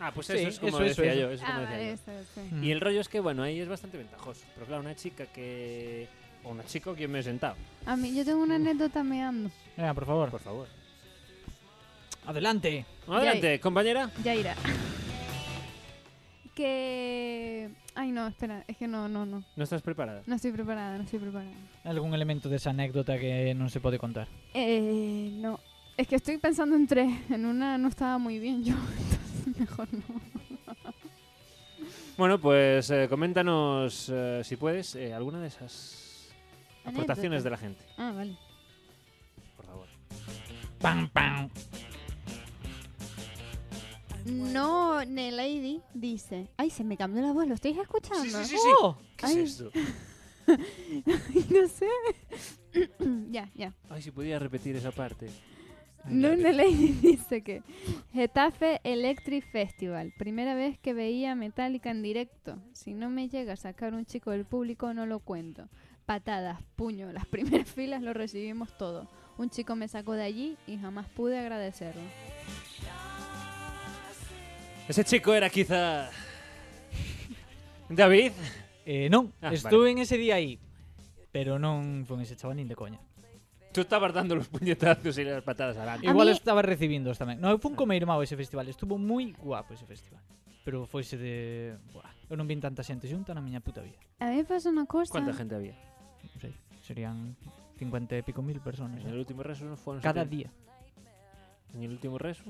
Ah, pues Sí, eso es como eso, eso, decía eso. yo. eso es como Ah, decía vale, yo. eso, sí. Y Mm. el rollo es que, bueno, ahí es bastante ventajoso. Pero claro, una chica que... O una chica que me he sentado. A mí, yo tengo una anécdota meando. Venga, por favor. Por favor. Adelante. Adelante, compañera. Ya irá. Que. Ay, no, espera, es que no, no, no. ¿No estás preparada? No estoy preparada, no estoy preparada. Algún elemento desa anécdota que non se pode contar. Eh, no. Es que estoy pensando en tres. En una no estaba muy bien yo, entonces mejor no. Bueno, pues eh, coméntanos, eh, si puedes, eh, alguna de esas aportaciones de la gente, Ah, vale. por favor. Pam, pam. No, Nelady dice. Ay, se me cambió la voz, ¿lo estáis escuchando? Sí, sí, sí, sí. Oh. ¿Qué es esto? Ay, no sé. ya, ya. Ay, si pudiera repetir esa parte. Luna Lady dice que Getafe Electric Festival, primera vez que veía Metallica en directo. Si no me llega a sacar un chico del público, no lo cuento. Patadas, puño, las primeras filas lo recibimos todo. Un chico me sacó de allí y jamás pude agradecerlo. Ese chico era quizá... David. Eh, non, Ah, estuve en ese día aí. Pero non foi ese chaval nin de coña. Tú estabas dando los puñetazos y las patadas al ano. Igual estaba recibindos tamén. Non, eu fun comer irmão ese festival. Estuvo moi guapo ese festival. Pero foise de... Buah, eu non vin tanta xente xunta na miña puta vida. A mí me pasa una cosa. ¿Cuánta gente había? Non sei, serían 50 e pico mil personas. eh, En el último rezo no fueron... Cada 70. día. En el último rezo.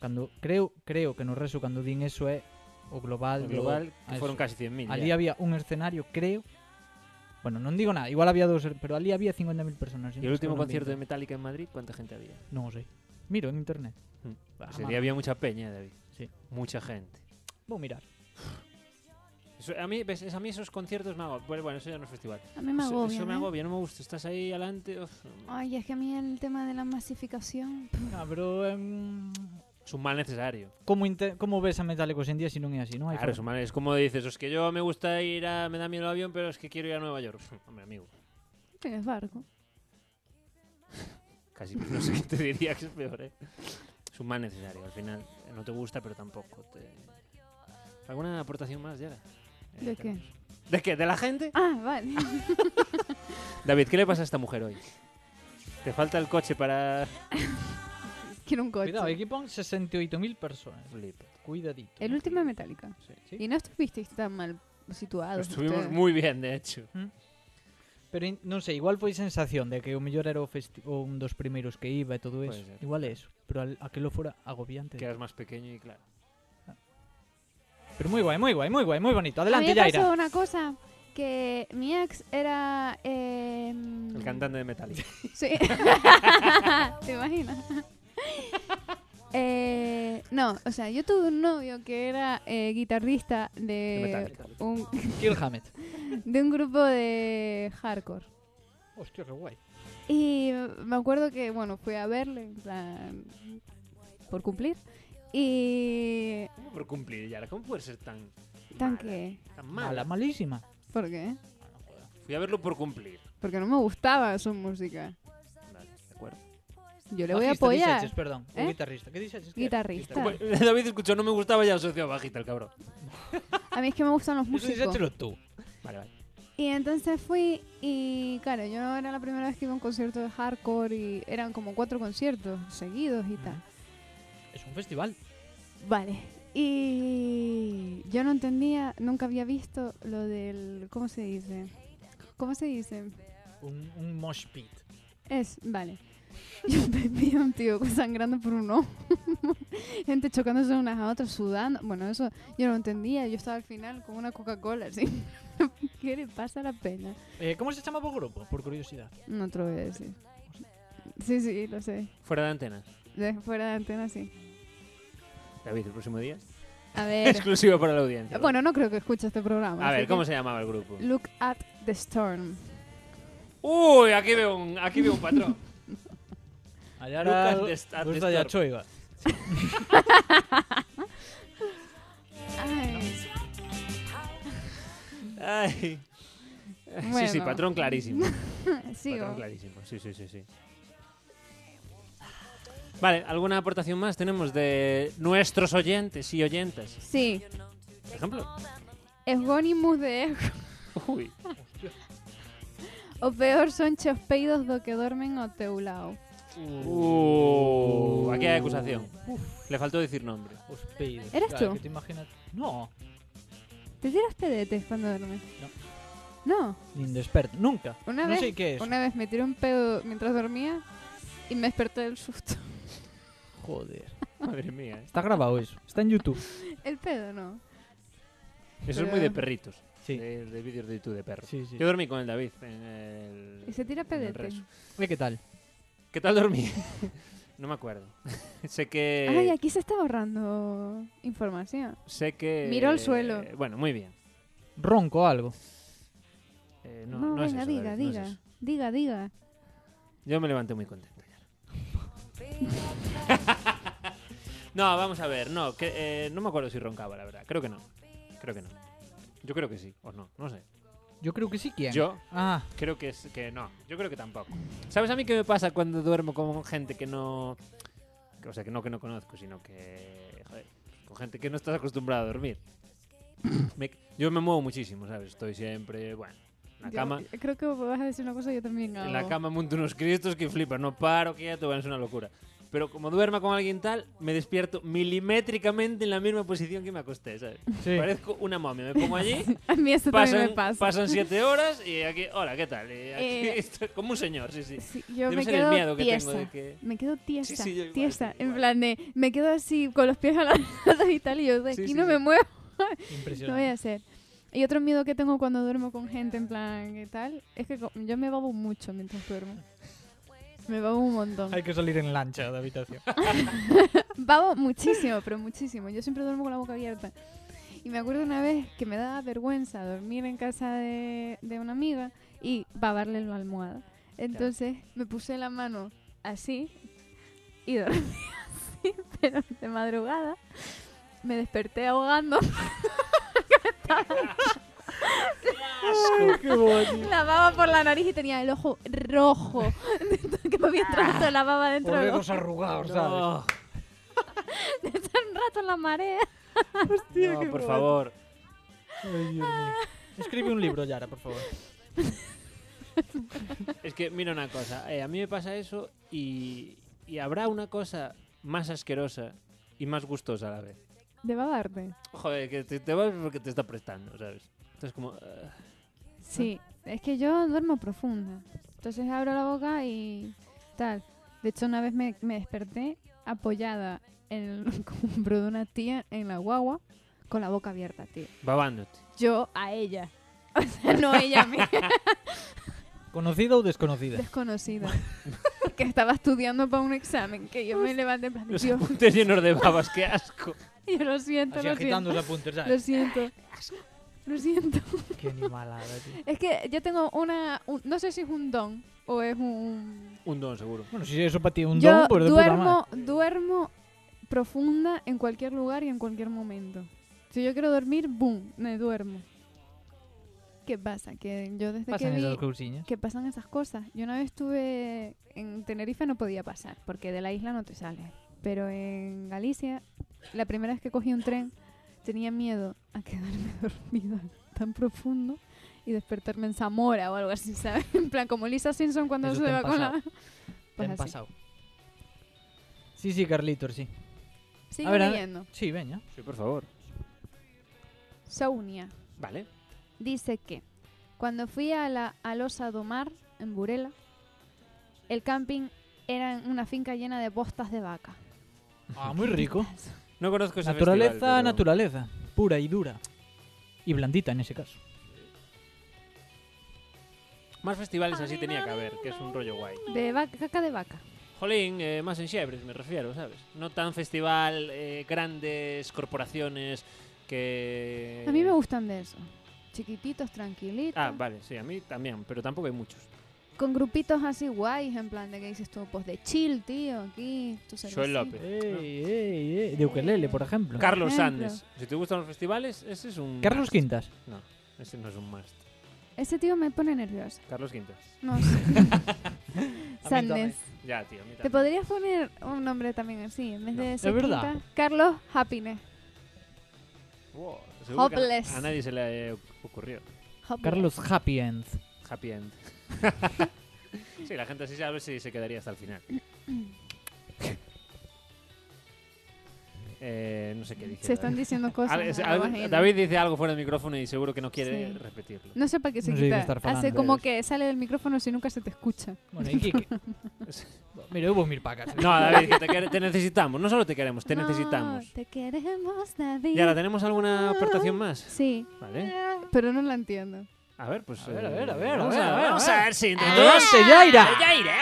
Cando, creo, creo que no reso cando din eso é o global. O do- global, que a fueron eso. casi eh. 100.000, Alí ya. había un escenario, creo. Bueno, non digo nada, igual había dos, pero alí había 50.000 personas. ¿Y el último concierto de Metallica en Madrid? ¿Cuánta gente había? Non o sei. Miro en internet. Mm. Bah, Ese mamá. día había mucha peña, David. Sí. Mucha gente. Vou mirar. Eso- a, mí, ves, es- a mí esos conciertos me agobian. Bueno, bueno, eso ya no es festival. A mí me eso, agobian, Eso me ¿eh? Ah. agobia, no me gusta. Estás ahí adelante. uf, Ay, es que a mí el tema de la masificación. Ah, pero em, es un mal necesario. como inte- como ves a Metallica hoxe en día se non é así, non hai Claro, es un forma. mal Es como dices, es que yo me gusta ir a... Me da miedo el avión, pero es que quiero ir a Nueva York. Hombre, amigo. Tienes barco. Casi no sé qué te diría que es peor, ¿eh? Es un mal necesario. Al final eh, no te gusta, pero tampoco te... ¿Alguna aportación más, Yara? Eh, ¿De tenemos. qué? ¿De qué? ¿De la gente? Ah, vale. David, ¿qué le pasa a esta mujer hoy? Te falta el coche para... Quiero un coche. Cuidado, aquí pon 68.000 personas. Flipa. Cuidadito. El último de Metallica. Sí. Y no estuvisteis tan mal situados. Estuvimos ustedes. muy bien, de hecho. Pero in- non sei, igual foi sensación de que o mellor era o festi- o un dos primeiros que iba e todo Puede eso. ser. Igual é eso, pero al- aquelo fora agobiante. Quedas más pequeño y claro. Pero moi guai, moi guai, moi guai, moi bonito. Adelante, a mí me Yaira. pasó una cosa que mi ex era eh, El cantante de Metallica. sí te imaginas Eh, No, o sea, yo tuve un novio que era eh, guitarrista de metal. un, Kill Hammett. de un grupo de hardcore. Hostia, qué guay. Y me acuerdo que, bueno, fui a verle, en plan, por cumplir. Y... Por cumplir, Yara, ¿cómo puede ser tan, ¿Tan qué? tan Mala, mala? malísima. ¿Por qué? Fui a verlo por cumplir. Porque no me gustaba su música. Vale, de acuerdo. Yo le voy a Bajista, apoyar. dices, perdón, un ¿Eh? guitarrista. ¿Qué dices? Guitarrista. David escuchó, no me gustaba ya asoció a bajita el cabrón. A mí es que me gustan los Eso músicos. díselo tú. Vale, vale. Y entonces fui y claro, yo no era la primera vez que iba a un concierto de hardcore y eran como cuatro conciertos seguidos y tal. Es un festival. Vale. Y yo no entendía, nunca había visto lo del, ¿cómo se dice? ¿Cómo se dice? Un, un mosh pit. Es, vale. Yo vi a un tío sangrando por un ojo, gente chocándose unas a otras, sudando. Bueno, eso yo no entendía, yo estaba al final con una Coca-Cola, así. ¿Qué le pasa a la pena? Eh, ¿Cómo se llama por grupo? Por curiosidad. No te lo voy a decir. Sí, sí, lo sé. Fuera de antena. De fuera de antena, sí. David, el próximo día. A ver. Exclusivo para la audiencia. bueno, no creo que escuche este programa. A así ver, ¿cómo que- Mm. se llamaba el grupo? Look at the Storm. Uy, aquí veo un, aquí veo un patrón. Allá Lucas era de Star- de gusta de Star. Achoiga. Ay. Sí, sí, Bueno. patrón clarísimo. Sigo. Patrón clarísimo, sí, sí, sí, sí. Vale, ¿alguna aportación más tenemos de nuestros oyentes y oyentas? Sí, Por ejemplo. Esgónimus de Ejo. Uy. O peor, son chespeidos do que dormen o teulao. Uh, aquí hay acusación. Le faltó decir nombre. Os peido. ¿Eres Claro, tú? que te imaginas... No, ¿Te tiras E pedetes cuando duermes? No. ni desperto. Nunca. Una no vez, sé qué es. Una vez me tiré un pedo mientras dormía y me desperté del susto. Joder. Madre mía. ¿eh? Está grabado eso. Está en YouTube. El pedo no. Eso es Pero- muy de perritos. Sí. De, de vídeos de YouTube de perros. Sí, sí. Yo dormí con el David en el. Y se tira en el pedete. rezo. Oye, ¿Qué tal? ¿Qué tal dormí? no me acuerdo. sé que. Ay, aquí se está ahorrando información. Sé que. eh, Miró al suelo. Bueno, muy bien. ¿Ronco o algo? Eh, No, no, no es venga, eso, diga, David, no es diga, eso. diga, diga. Yo me levanté muy contento. no, vamos a ver. No, que, eh, no me acuerdo si roncaba, la verdad. Creo que no. Creo que no. Yo creo que sí, o no, no sé. Yo creo que sí, ¿quién? Yo Ah, creo que, es, que no. Yo creo que tampoco. ¿Sabes a mí qué me pasa cuando duermo con gente que no. que- o sea, que no que no conozco, sino que. joder, con gente que no estás acostumbrada a dormir. Me- yo me muevo muchísimo, ¿sabes? Estoy siempre. Bueno, en la Yo cama. Creo que vas a decir una cosa que yo también hago. En la cama monto unos cristos que flipas, no paro quieto, bueno, es una locura. Pero como duerma con alguien tal, me despierto milimétricamente en la misma posición que me acosté, ¿sabes? Sí. Parezco una momia, me pongo allí, A mí esto también pasan, me pasa. pasan siete horas y aquí, hola, ¿qué tal? Y aquí Eh, estoy como un señor, sí, sí. Sí, yo Debe me ser el quedo miedo que tiesa. tengo de que... Me quedo tiesa, sí, yo igual, tiesa. sí, en igual. plan de, me quedo así con los pies a la lado y tal, y yo de Sí, aquí sí, no sí. me muevo. ¿Qué voy impresionante. a hacer? Y otro miedo que tengo cuando duermo con gente, en plan, ¿qué tal? Es que co- yo me babo mucho mientras duermo. Me babo un montón. Hay que salir en lancha de habitación. Babo muchísimo, pero muchísimo. Yo siempre duermo con la boca abierta. Y me acuerdo una vez que me daba vergüenza dormir en casa de, de una amiga y babarle la almohada. Entonces me puse la mano así y dormí así, pero de madrugada me desperté ahogando. ¡Qué bonito! la baba por la nariz y tenía el ojo rojo. que me había entrado Ah, toda la baba dentro Los del ojo. dedos arrugados, ¿sabes? No, un rato en la marea. no, por favor. Ay, Dios mío. Escribe un libro, Yara, por favor. Es que, mira una cosa, eh, a mí me pasa eso y, y habrá una cosa más asquerosa y más gustosa a la vez. De babarte. Joder, que te, te vas porque te está prestando, ¿sabes? Entonces como... ah, Sí, es que yo duermo profunda. Entonces abro la boca y tal. De hecho, una vez me, me desperté apoyada en el hombro de una tía en la guagua con la boca abierta, tío. babándote. Yo a ella. O sea, no ella a mí. ¿Conocida o desconocida? Desconocida. que estaba estudiando para un examen, que yo me levanté en plan, Los Dios, apuntes llenos de babas, qué asco. yo lo siento, Así lo agitando siento. los apuntes, ¿sabes? Lo siento. Lo siento. Qué animalada, tío. Es que yo tengo una, un- no sé si es un don o es un Un don, seguro. Bueno, si eso para ti es un Yo don, pues de puta madre. duermo, duermo profunda en cualquier lugar y en cualquier momento. Si yo quiero dormir, boom, me duermo. ¿Qué pasa? Que yo desde Pasan que vi esas cousiñas. que pasan esas cosas. Yo una vez estuve en Tenerife no podía pasar porque de la isla no te sales. Pero en Galicia, la primera vez que cogí un tren, tenía miedo a quedarme dormida tan profundo y despertarme en Zamora o algo así, ¿sabes? En plan como Lisa Simpson cuando Eso se te va han con la pasado. Te han Pues así. pasado. Sí, sí, Carlitos, sí. Sigue leyendo. Sí, veña. Sí, por favor. Saunia Vale. dice que cuando fui a la Alosa do Mar, en Burela, el camping era en una finca llena de bostas de vaca. Ah, muy rico. Pues No conozco ese Naturaleza, festival, pero- naturaleza. Pura y dura. Y blandita en ese caso. Más festivales así tenía que haber, que es un rollo guay. De vaca, caca de vaca. Jolín, eh, más en Shebres me refiero, ¿sabes? No tan festival, eh, grandes corporaciones que... A mí me gustan de eso. Chiquititos, tranquilitos. Eh. Ah, vale, sí, a mí también, pero tampoco hay muchos. Con grupitos así guays, en plan de que dices tú, pues de chill, tío, aquí. tu Joel cervecita. López. Ey, ey, ey, De ukelele, por ejemplo. Carlos Por ejemplo. Andes. Si te gustan los festivales, ese es un... Carlos must. Quintas. No, ese no es un must. Ese tío me pone nerviosa. Carlos Quintas. No sé. Sandes. Ya, tío, a mí Te también. podrías poner un nombre también así, en vez de decir verdad. Quinta, Carlos Happiness. Wow, seguro que a- Hopeless. A nadie se le eh, ocurrió. Happiness. Carlos Happy End. Happy end. sí, la gente así sabe si se quedaría hasta el final. Eh, no sé qué dice. Se están David. diciendo cosas, Al- es- no al- lo imagino. David dice algo fuera del micrófono y seguro que no quiere Sí. repetirlo. No sé para qué se No sé de qué quita. estar Hace falando. como que sale del micrófono si nunca se te escucha. Bueno, y Quique. Mira, hubo mil pacas. No, David, que te, quer- te necesitamos. No solo te queremos, te No, necesitamos. te queremos, David. ¿Y ahora ¿Eh? tenemos alguna aportación más? Sí. Vale. Pero no la entiendo. A ver, pues. A ver, a eh, ver, a ver, Vamos a ver, a, a ver, vamos a a ver. ver si. entre ¡Ah! todos- ¡Yaira! ¡Yaira!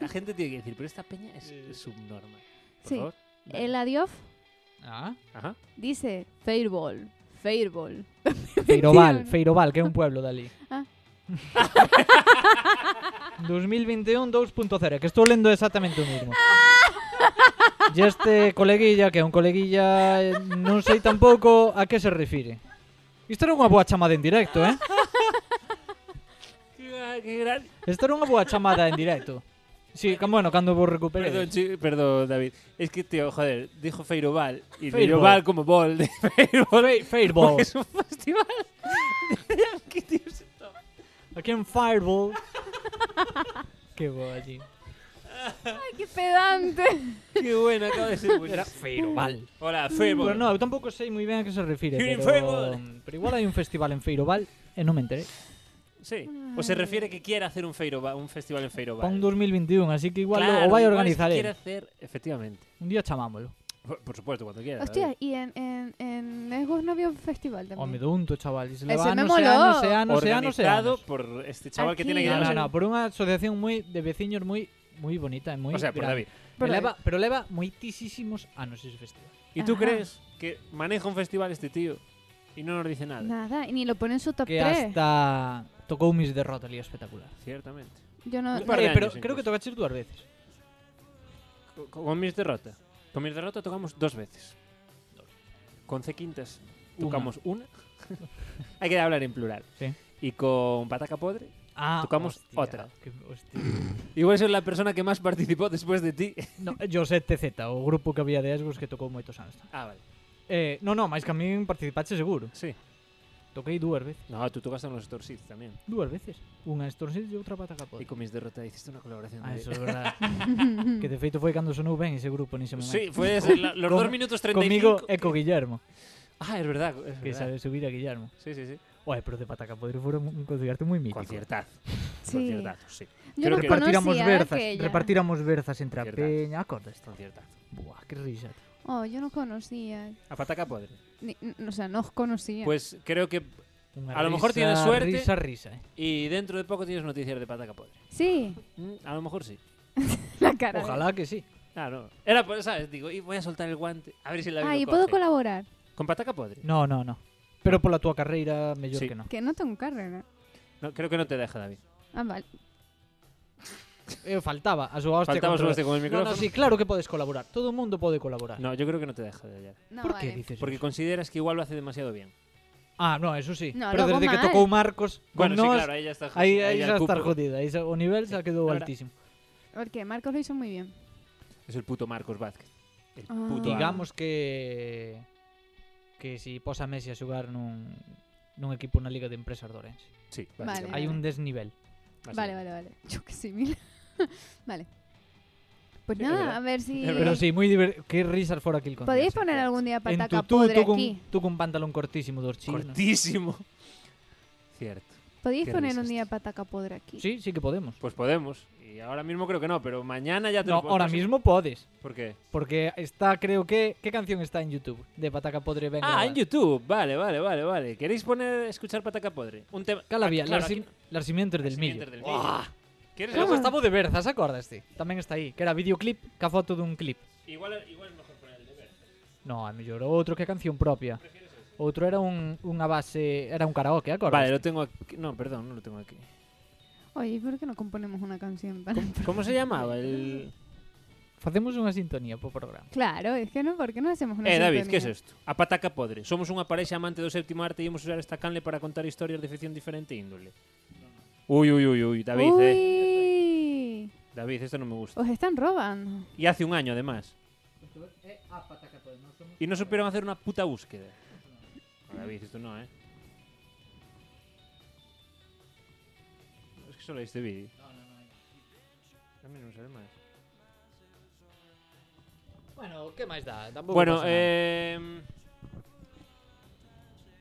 La gente tiene que decir, pero esta peña es, es subnormal. Por Sí. favor. El adiós Ah. Ajá. dice Fairball. Fairball. Feiroval, Feiroval, que es un pueblo de ali. Ah. 2021 2.0, que estou lendo exactamente o mismo. E este coleguilla, que é un coleguilla, eh, non sei tampouco a que se refire. Isto era unha boa chamada en directo, eh? Qué, qué gran- Isto era unha boa chamada en directo. Sí, que, bueno, cando vos Perdón, recuperedes. chi- perdón, David. Es que, tío, joder, dijo Feiroval y Feiroval. Feiroval como bol de Feiroval. Feirball. porque Es un festival. ¿Qué tío se toma? Aquí en Fireball. que boa, tío. Ay, qué pedante. Qué bueno, acaba de ser buenísimo. Era Feiroval. Hola, Pues Feiroval. no, eu tampouco sei moi ben a que se refire, En pero, Feiroval. pero igual hai un festival en Feiroval e non me enterei. Sí. O se refiere que quiere hacer un, Feiroval, un festival en Feiroval. Para un 2021, así que igual Claro, lo, o vai a igual organizar él. se quiere hacer, efectivamente. Un día chamámoslo. Por, por supuesto, cuando quiera. Hostia, David. y en, en, en Lesbos no había un festival O Oh, me también. dunto, chaval. Y se le Ese va me anos e moló. anos e anos e anos e Organizado anos. por este chaval que Aquí. tiene que No, llamar. no, no, por unha asociación moi de veciños moi moi bonita e moi O sea, por grande. David. Pero Por leva, pero leva moitísimos anos ese festival. ¿Y tú Ajá. crees que maneja un festival este tío y no nos dice nada? Nada, y ni lo pone en su top Que 3. hasta tocou mis de Rotalia espectacular. Ciertamente. Yo no. Un par Eh, de pero años creo que incluso. tocaches dúas veces. Co- co- Con mis derrota. Con mis derrota tocamos dos veces. Con C quintas tocamos una. Hay que hablar en plural. Sí. Y con Pataca Podre. Ah, Tocamos hostia, otra. que- hostia. Igual soy la persona que más participó después de ti. No, José TZ, o grupo que había de Esbos que tocou moitos anos. Ah, vale. Eh, no, no, máis que a min participache seguro. Sí. Toquei dúas veces. No, tú tocaste en los Store Seeds también. Dúas veces. Unha Stormzy e outra Pataca Podre. Y con mis derrota hiciste una colaboración. Ah, de- eso es verdad. que de feito foi cando sonou ben ese grupo nese momento. Sí, fue ese, la- los Con- dos minutos 35. Comigo e co Guillermo, Ah, es verdad. es que verdad. sabe subir a Guillermo. Sí, sí, sí. Oye, pero de Pataca Podre fora un concierto moi mítico. Conciertazo. Sí. Conciertazo, sí. Yo no que- Repartiramos conocía ¿eh, berzas, aquella. repartiramos berzas entre a Cierta. peña, acordes. Conciertazo. Buah, que risa. tío. Oh, yo no conocía. A Pataca Podre. Ni- n- o sea, no os conocía. Pues creo que Una a lo mejor risa, tienes suerte. risa, risa, eh. Y dentro de poco tienes noticias de pataca podre. Mm, Sí. A lo mejor sí. La cara. de- Ojalá que sí. Claro. Era por ¿sabes? Digo, y voy a soltar el guante. A ver si la Ah, y puedo colaborar. Con pataca podre. No, no, no. Pero pola túa carreira, mellor Sí. que non. Que no tengo carrera. No, creo que no te deja, David. Ah, vale. Eu Eh, faltaba a súa hostia Faltaba a súa contra- hostia con el No, no, micrófono. sí, claro que podes colaborar. Todo o mundo pode colaborar. No, yo creo que no te deja de hallar. No, ¿Por vale. qué dices Porque consideras que igual lo hace demasiado bien. Ah, no, eso sí. No, Pero logo desde que mal. tocou Marcos, Bueno, con sí, nós, claro, aí ya está jodida, Aí, aí aí ya xa el está cupo. jodida. Aí xa- o nivel xa quedou la verdad. altísimo. Porque Marcos lo hizo muy bien. Es el puto Marcos Vázquez. El Ah. puto amo. Digamos que que si posa Messi a xogar nun nun equipo na liga de empresas de Orense. Sí, Vale, Hai vale. un desnivel. Vale, vale, vale. Yo que sí, mil. vale. Pues Sí, es nada, verdad. a ver si. Pero sí, moi divertido. Que risas fora aquí el contexto. ¿Podéis poner algún En día pataca tú, podre tú, con, aquí? tú con pantalón cortísimo dos chinos. Cortísimo. Cierto. ¿Podéis qué poner risas, un día pataca podre aquí? Sí, sí que podemos. Pues podemos. Y ahora mismo creo que no, pero mañana ya te No, lo puedo- ahora mismo podes. ¿Por qué? Porque está, creo que... ¿Qué canción está en YouTube? De Pataca Podre Venga. Ah, en YouTube. Vale, vale, vale, vale. ¿Queréis poner escuchar Pataca Podre? Un tema. Ah, Calavía, Claro, las, aquí- sim- las simientes del Las millo. simientes del millo. ¡Guau! ¿Quieres Logo algo? está Bo de Berzas, acordaste? Tamén está aí, que era videoclip, ca foto dun clip. Igual, igual mejor poner el deber. No, a mellor outro que a canción propia. Outro era un, unha base, era un karaoke, acordas? Vale, lo tengo aquí. No, perdón, no lo tengo aquí. Oye, ¿y ¿por qué no componemos una canción para.? ¿Cómo se llamaba el...? Facemos unha sintonía po programa. Claro, es que no, ¿por qué no hacemos una Eh, David, sintonía? ¿qué es esto? A pataca podre. Somos unha parexa amante do séptimo arte e imos usar esta canle para contar historias de ficción diferente e índole. Uy, uy, uy, uy, David, Uy, eh. eh. David, esto non me gusta. Os están robando. E hace un año, además. E non supieron hacer unha puta búsqueda. Ah, David, isto non, eh. Es que solo hai este vídeo. A mí non me sale máis. Bueno, que máis dá? Tampouco Bueno, pasa nada. eh... em,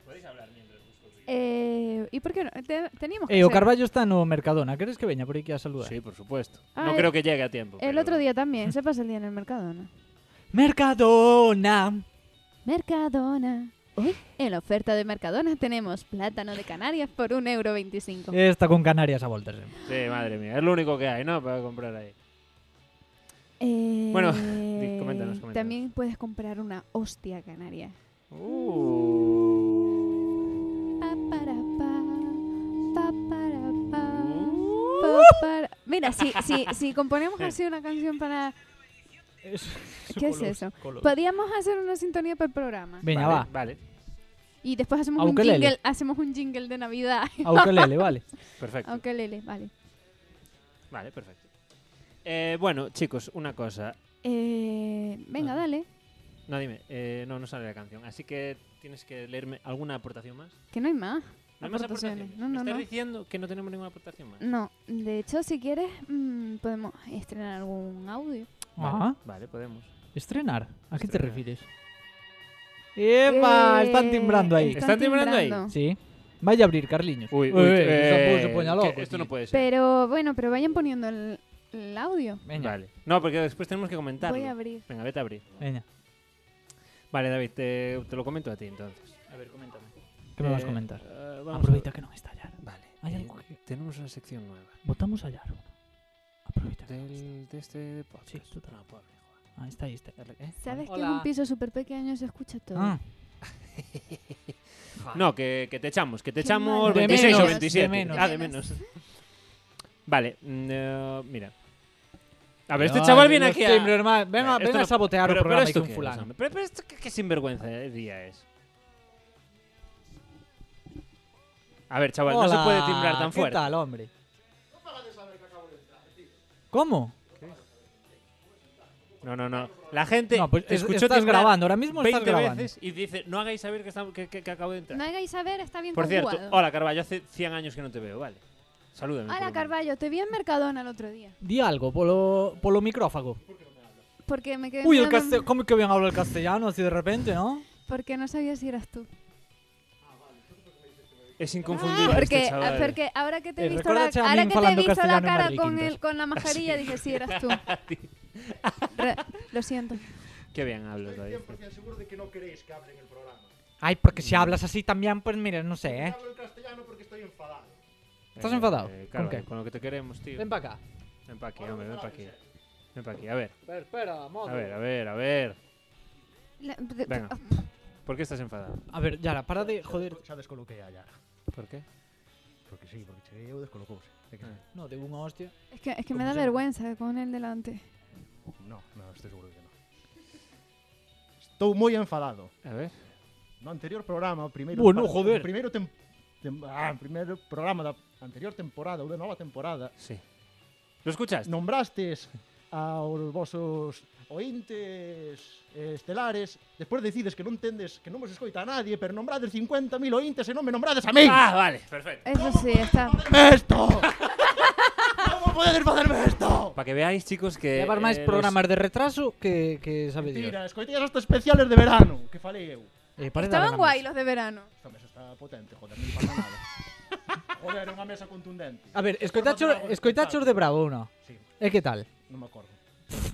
Podéis hablar mientras busco Eh, ¿Y por qué no? Te- teníamos que Eh, o hacer- Carballo está no Mercadona, queres que veña por aquí a saludar? Sí, por supuesto. Ah, no eh, creo que llegue a tiempo. El pero- otro día también, se pasa el día en el Mercadona. Mercadona. Mercadona. En la oferta de Mercadona tenemos plátano de Canarias por 1,25€. Está con Canarias a voltas. eh. Sí, madre mía. Es lo único que hay, ¿no? Para comprar ahí. Eh, Bueno, di- coméntanos, coméntanos. También puedes comprar una hostia canaria. Uh. Pa, para, pa, pa, para, pa, Uh. pa, para. Mira, si, si, si componemos así una canción para... ¿Qué es color, eso? color. Podríamos hacer una sintonía para el programa. Veña, vale, va. Vale, Y después hacemos A un ukelele. jingle, hacemos un jingle de Navidad. A ukelele, vale. perfecto. A ukelele, vale. Vale, perfecto. Eh, bueno, chicos, una cosa. Eh, venga, dale. No, dime. eh, no, no sale la canción. Así que tienes que leerme alguna aportación más. Que no hay más. ¿No hay más Aportaciones. aportaciones? No, ¿Me no, estás no. diciendo que no tenemos ninguna aportación más? No, de hecho, si quieres, mm, podemos estrenar algún audio. Ah, Vale, podemos. estrenar. A que te Estrenar. Eh, refires? Eh, Epa, están timbrando ahí. ¿Están timbrando ahí? Sí. Vaya a abrir, Carliños. Uy, Ué, uy, ué, eh, eso puso, poña que loco, esto tío. no puede ser. Pero bueno, pero vayan poniendo el, el audio. Veña, Vale. No, porque después tenemos que comentarlo. Voy a abrir. Venga, vete a abrir. veña. Vale, David, te, te lo comento a ti entonces. A ver, coméntame. ¿Qué me vas a comentar? eh, vamos a Aproveita ver. que non está Yar. Vale. Hay eh, algo que... Tenemos una sección nueva. Votamos a Yar. Aproveita que non está. Del, de este podcast. Sí, tú te- No, pobre, Juan. Ah, está ahí, está ahí. ¿Eh? ¿Sabes que Hola. es un piso súper pequeño y se escucha todo? Ah, No, que, que te echamos, que te Qué echamos malo. De 26 o menos, 27. de menos. Ah, de menos. Vale, mm, eh, mira. A ver, este Ay, chaval viene los aquí timbres, a... hermano. Ven, a- Esto ven a no- sabotear pero, o programa pero esto con qué es, fulano. hombre? pero, pero esto qué, qué sinvergüenza de día es. A ver, chaval, no se puede timbrar tan fuerte. ¿Qué tal, hombre? ¿Cómo? No, no, no. La gente No, pues te es- escuchó estás timbrar grabando, ahora mismo estás 20 grabando. veces y dice, no hagáis saber que, estamos- que- que- que acabo de entrar. No hagáis saber, está bien Por cierto, conjugado. hola Carvalho, hace 100 años que no te veo, vale. Salúdame. por lo Hola, menos. Carballo, te vi en Mercadona el otro día. Di algo polo, polo micrófago. Porque me quedé Uy, el mirando- castell... ¿cómo que bien habla el castellano así de repente, no? Porque no sabía si eras tú. Es inconfundible Ah, porque, este chaval. porque ahora que te he Eh, visto recuerda la, a Chamín ahora que te he falando visto la castellano en cara Madrid, con, Quintas. el, con la mascarilla, dije si eras tú. Re- lo siento. Qué bien hablas, David. Eh, seguro de que no queréis que abren el programa. Ay, porque si hablas así también, pues mira, no sé, ¿eh? en castellano porque estoy enfadado. ¿Estás enfadado? claro, ¿Con qué? eh, lo que te queremos, tío. Ven pa' acá. Ven pa' aquí, hombre, ven pa' aquí. Ven pa' aquí, a ver. Espera, espera, A ver, a ver, a ver. La- de- oh, Venga. ¿Por qué estás enfadado? A ver, Yara, para de joder. Xa descoloquei a Yara. Por qué? Porque sí, porque cheguei eu descolocouse. É que- No, de unha hostia. Es que, es que me da vergüenza con él delante. No, no, estoy seguro que no. Estou moi enfadado. A ver. No anterior programa, o primeiro Bueno, par- joder. o Primeiro tem, tem, ah, primeiro programa da anterior temporada ou da nova temporada. Sí. Lo escuchas? Nombrastes aos vosos ointes eh, estelares, despois decides que non tendes, que non vos escoita a nadie, pero nombrades 50.000 ointes e non me nombrades a min. Ah, vale, perfecto. Eso sí, está. ¡Esto! ¿Cómo podedes facerme esto? Para que veáis, chicos, que... Levar máis eh, programas de retraso que, que sabe Dios. Mira, escoitei os especiales de verano, que falei eu. Eh, parece Estaban alegando. guay los de verano. Esta mesa está potente, joder, non pasa nada. Joder, é unha mesa contundente. A ver, escoitacho, escoitachos de Bravo ou non? Sí. E que tal? Non me acordo.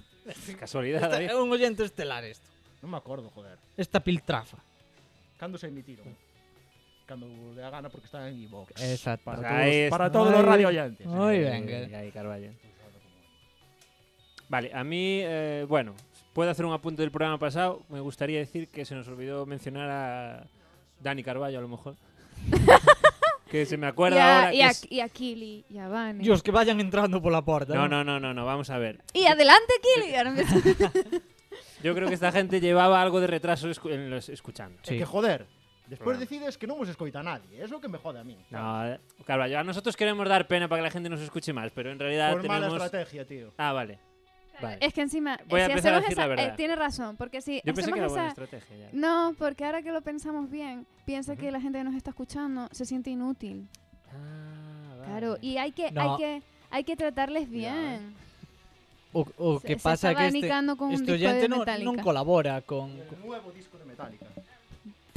Casualidad, Esta- David. É un oyente estelar isto. Non me acordo, joder. Esta piltrafa. Cando se emitiron? Cando le da gana porque está en iVox. Exacto. Para Ahí está. todos, para todos los Ahí- radio oyentes. Muy Ahí, bien, que- ahí, Carballo. Vale, a mí, eh, bueno, puedo hacer un apunte del programa pasado. Me gustaría decir que se nos olvidó mencionar a Dani Carballo, a lo mejor. que se me acuerda y a, ahora. y, que a, es- y a Kili y a Vane. E os que vayan entrando pola porta. No, no, no, no, no, vamos a ver. Y adelante, Kili. Ahora empiezo. Yo creo que esta gente llevaba algo de retraso escu- en los escuchando. É que joder, despois Programa. decides que non vos escoita nadie. Eso que me jode a mí. No, Carballo, a nosotros queremos dar pena para que la gente nos escuche más, pero en realidad Por mala tenemos... estrategia, tío. Ah, vale. Vale. Es que encima, eh, Voy a si empezar a hacemos decir la esa, verdad. eh, tiene razón, porque si Yo pensé hacemos que era esa, buena estrategia ya. no, porque ahora que lo pensamos bien, piensa que la gente que nos está escuchando se siente inútil, Ah, claro, y hay que, No. hay que, hay que tratarles ¿eh? bien. O, o Se- que se pasa é estaba que este, anicando con un este disco de oyente non, Metallica. non colabora con... El nuevo disco de Metallica.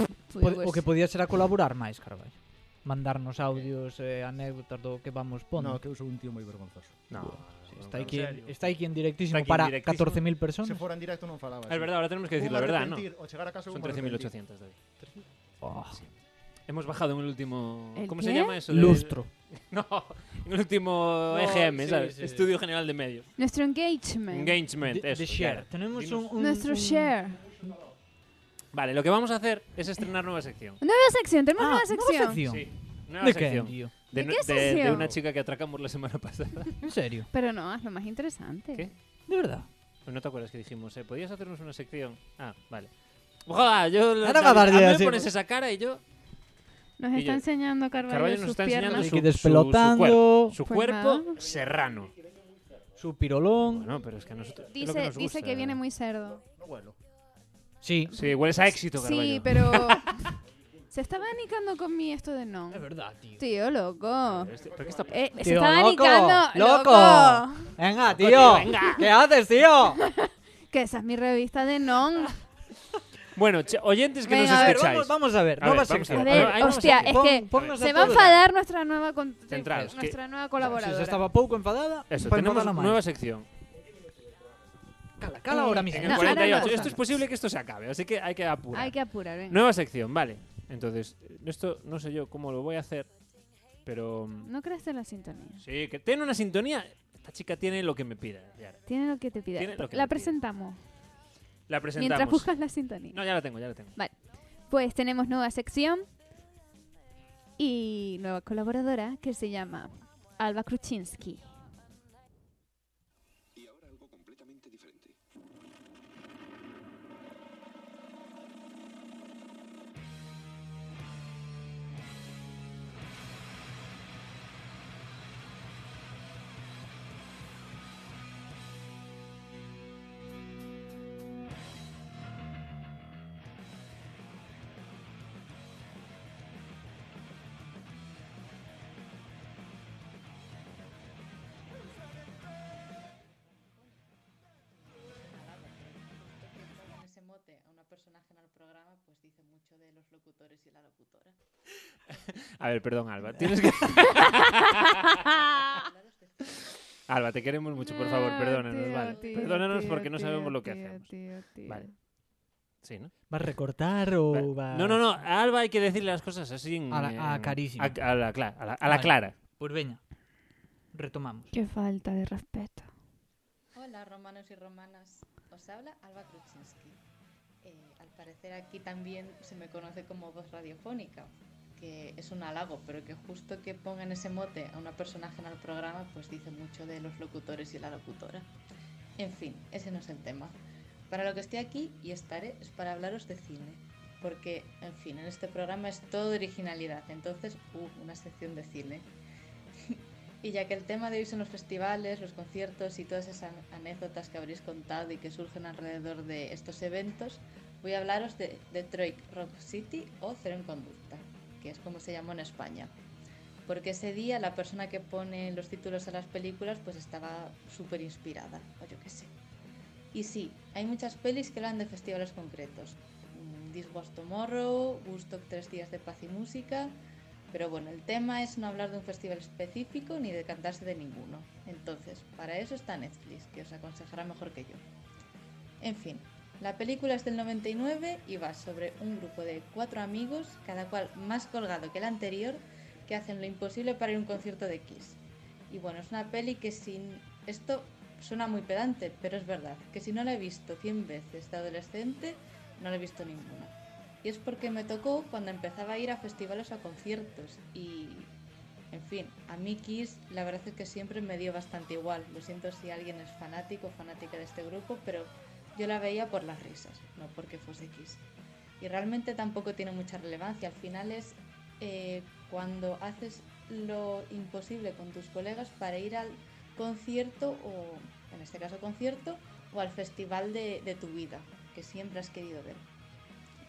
Pues, Pode, o que podía ser a colaborar máis, Carballo. Mandarnos audios, eh, anécdotas do que vamos pondo. No, que eu sou un tío moi vergonzoso. No, Está no, aquí, en serio. está aquí en directísimo Está aquí en para directísimo. 14.000 Se personas. fora en directo non falaba. Es verdad, ahora tenemos que decir la verdad, ¿no? Son 13.800, David. Oh. Hemos bajado en el último... ¿El ¿Cómo se qué? llama eso? del- Lustro. No, en el último No, EGM, sí, ¿sabes? sí. Estudio General de Medios. Nuestro engagement, Engagement, De- eso. de share. claro. Tenemos Este, Dinos- un- nuestro share, Mm. Vale, lo que vamos a hacer es estrenar nueva sección. nueva sección, tenemos Ah, nueva nueva sección. sección. Sí, nueva ¿De qué, sección. tío? De, ¿De nu- qué de- de sección? una chica que atracamos la semana pasada. En serio, Pero no, hazlo más interesante. ¿Qué? de verdad. Pues no te acuerdas que dijimos, eh, ¿podías hacernos una sección? Ah, vale. Ojalá, yo... lo- Ahora va a dar mí ya, me sí. pones esa cara y yo... Nos Y está yo- enseñando Carvalho, Carballo sus nos está enseñando piernas. piernas. su, Aquí su- su cuerpo. despelotando. Su Pues cuerpo nada. serrano. Su pirolón. Bueno, pero es que a nosotros... es lo Dice, que nos dice gusta. que viene muy cerdo. No huelo. Sí. Sí, hueles a éxito, Carballo. Sí, pero se estaba anicando con mí esto de no. Es verdad, tío. Tío, loco. Este- ¿Pero qué está Eh, se Tío, estaba loco, anicando. loco. Loco. Venga, tío. tío, venga. ¿Qué haces, tío? Que esa es mi revista de non. Bueno, che- oyentes que Venga, nos a ver, escucháis. vamos, vamos a ver. A nueva ver, vamos a sección. A Pero, ver, pero ahí vamos Eh, hostia, aquí. es que Pon- ponnos se a va a todos. enfadar nuestra nueva, con- Centraos, que- nuestra nueva Si se colaboradora. estaba pouco enfadada, Eso, ponémosla tenemos máis. nueva sección. Cala, cala ahora mismo. En No, el ahora 48. no. Esto es posible que esto se acabe, así que hay que apurar. Hay que apurar, venga. Nueva sección, vale. Entonces, esto no sé yo cómo lo voy a hacer, pero... mm, No creas en la sintonía. Sí, que tiene una sintonía. Esta chica tiene lo que me pida. Yara. Tiene lo que te pida. Tiene lo que La me pida. presentamos. La Mientras presentamos. buscas la sintonía. No, ya la tengo, ya la tengo. Pues tenemos nueva sección y nueva colaboradora que se llama Alba Kruczynski. Y ahora algo completamente diferente. ese mote a una personaje en el programa, pues dice mucho de los locutores y la locutora. A ver, perdón, Alba. Tienes que... este Alba, te queremos mucho, por favor, Ah, perdónanos, tío, vale. tío, perdónanos tío, porque no tío, sabemos lo que tío, hacemos. tío, tío. Vale. Sí, ¿no? ¿Vas a recortar o vas...? No, no, no. A Alba hay que decirle las cosas así. en- A la- a en- carísima. A, a la, cla- a la- a la Vale. clara. Pues veña, retomamos. Qué falta de respeto. Hola, romanos y romanas. Os habla Alba Kruczynski. Eh, al parecer aquí también se me conoce como voz radiofónica, que es un halago, pero que justo que pongan ese mote a una persona ajena al programa, pues dice mucho de los locutores y la locutora. En fin, ese no es el tema. Para lo que estoy aquí y estaré es para hablaros de cine, porque, en fin, en este programa es todo originalidad, entonces, uh, una sección de cine. Y ya que el tema de hoy son los festivales, los conciertos y todas esas anécdotas que habréis contado y que surgen alrededor de estos eventos, voy a hablaros de Detroit Rock City o Cero en Conducta, que es como se llamó en España. Porque ese día la persona que pone los títulos a las películas pues estaba súper inspirada, o yo qué sé. Y sí, hay muchas pelis que hablan de festivales concretos. Mm, This Was Tomorrow, Woodstock Tres Días de Paz y Música, pero bueno, el tema es no hablar de un festival específico ni decantarse de ninguno. Entonces, para eso está Netflix, que os aconsejará mejor que yo. En fin, la película es del 99 y va sobre un grupo de cuatro amigos, cada cual más colgado que el anterior, que hacen lo imposible para ir a un concierto de Kiss. Y bueno, es una peli que sin... Esto suena muy pedante, pero es verdad, que si no la he visto 100 veces de adolescente, no la he visto ninguna. Y es porque me tocó cuando empezaba a ir a festivales o a conciertos. Y, en fin, a mí Kiss la verdad es que siempre me dio bastante igual. Lo siento si alguien es fanático o fanática de este grupo, pero yo la veía por las risas, no porque fuese Kiss. Y realmente tampoco tiene mucha relevancia. Al final es eh, cuando haces lo imposible con tus colegas para ir al concierto o, en este caso concierto, o al festival de- de tu vida, que siempre has querido ver.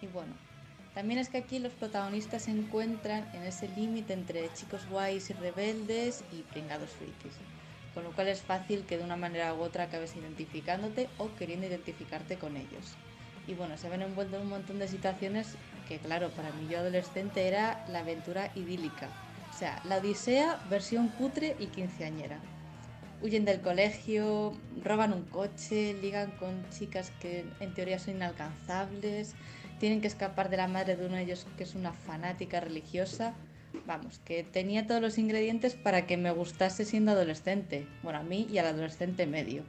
Y bueno, también es que aquí los protagonistas se encuentran en ese límite entre chicos guays y rebeldes y pringados frikis. Con lo cual es fácil que de una manera u otra acabes identificándote o queriendo identificarte con ellos. Y bueno, se ven envueltos en un montón de situaciones que, claro, para mí yo adolescente era la aventura idílica. O sea, la Odisea versión cutre y quinceañera huyen del colegio, roban un coche, ligan con chicas que en teoría son inalcanzables, tienen que escapar de la madre de uno de ellos que es una fanática religiosa. Vamos, que tenía todos los ingredientes para que me gustase siendo adolescente. Bueno, a mí y al adolescente medio.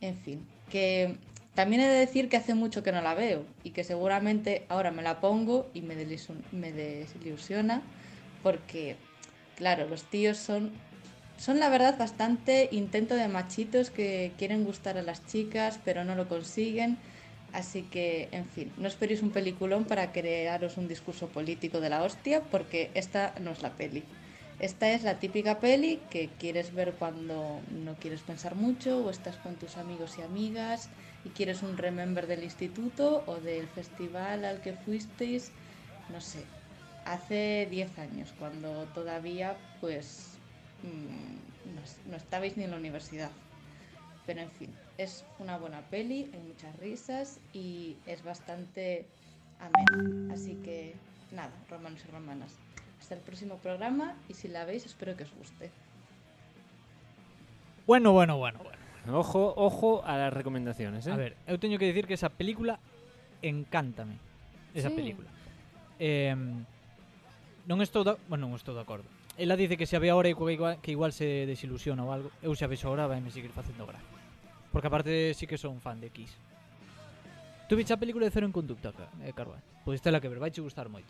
En fin, que también he de decir que hace mucho que no la veo y que seguramente ahora me la pongo y me delisu- me desilusiona porque, claro, los tíos son son la verdad bastante intento de machitos que quieren gustar a las chicas, pero no lo consiguen. Así que, en fin, no esperéis un peliculón para crearos un discurso político de la hostia, porque esta no es la peli. Esta es la típica peli que quieres ver cuando no quieres pensar mucho o estás con tus amigos y amigas y quieres un remember del instituto o del festival al que fuisteis, no sé, hace 10 años, cuando todavía pues mm, no, es- no estabais ni en la universidad. Pero en fin, es una buena peli, hay muchas risas y es bastante amena. Así que nada, romanos y romanas. Hasta el próximo programa y si la veis espero que os guste. Bueno, bueno, bueno. Ojo, ojo a las recomendaciones, ¿eh? A ver, eu teño que dicir que esa película encántame. Esa Sí. película. Eh, non estou da... Bueno, non estou de acordo. Ela dice que se a ve ahora e que igual, que igual se desilusiona ou algo. Eu se a vexo ahora vai me seguir facendo gracia. Porque aparte sí que son fan de Kiss. Tu viche a película de Cero en Conducta, Ca- eh, Carvalho. Pois tela que ver, vai che gustar moito.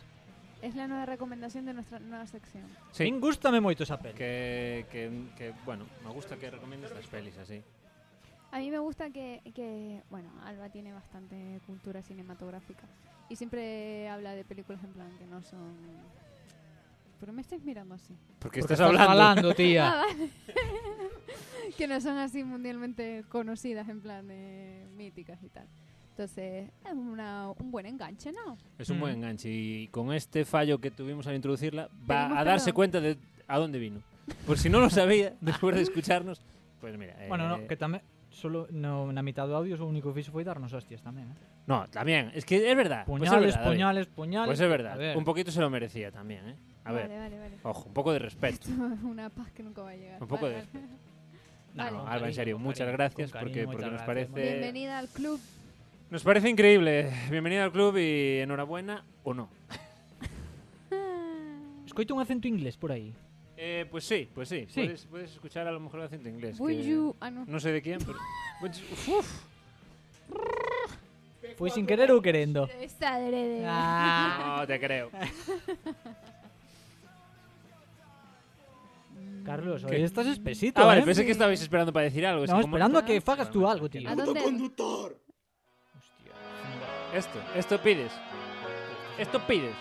Es la nueva recomendación de nuestra nueva sección. Sí. Min gustame moito esa peli. Que, que, que, bueno, me gusta que recomiendes las pelis así. A mí me gusta que, que, bueno, Alba tiene bastante cultura cinematográfica y siempre habla de películas en plan que no son... Pero me estáis mirando así. Porque Porque, estás, estás hablando. falando, tía. Ah, vale. que no son así mundialmente conocidas en plan de míticas y tal. Entonces, es una- un buen enganche, ¿no? Es un Mm. buen enganche y con este fallo que tuvimos al introducirla va Pedimos a darse perdón. cuenta de a dónde vino. Por si no lo sabía, después de escucharnos, pues mira... Bueno, no, eh, que tamén solo no, na mitad do audio o único que fixo foi darnos hostias tamén, eh? No, también, es que es verdad. pues es Puñales, verdad, David. puñales, puñales. Pues es A verdad, ver. un poquito se lo merecía también, ¿eh? A ver, Vale, vale, vale. ojo, un poco de respeto. Esto es una paz que nunca va a llegar. Un poco Vale, de vale. No, Vale. Alba, en serio, con muchas cariño, gracias con cariño, porque, muchas porque nos gracias, parece... Bienvenida al club. Nos parece increíble. Bienvenida al club y enhorabuena o no. Ah. Escoito un acento inglés por aí. Eh, pues sí, pues sí. Sí. Puedes, puedes escuchar a lo mejor el acento inglés. Would que you- ah, no. no sé de quién, pero. Would you- uf. Foi sin querer ou querendo. Es Eh. adrede. Ah. No te creo. Carlos, ¿Qué? hoy estás espesito, Ah, vale, ¿eh? pensé que estabais esperando para decir algo. No, esperando a que fagas Ah, tú algo, tío. ¿A dónde? conductor! Esto, esto pides. Esto pides.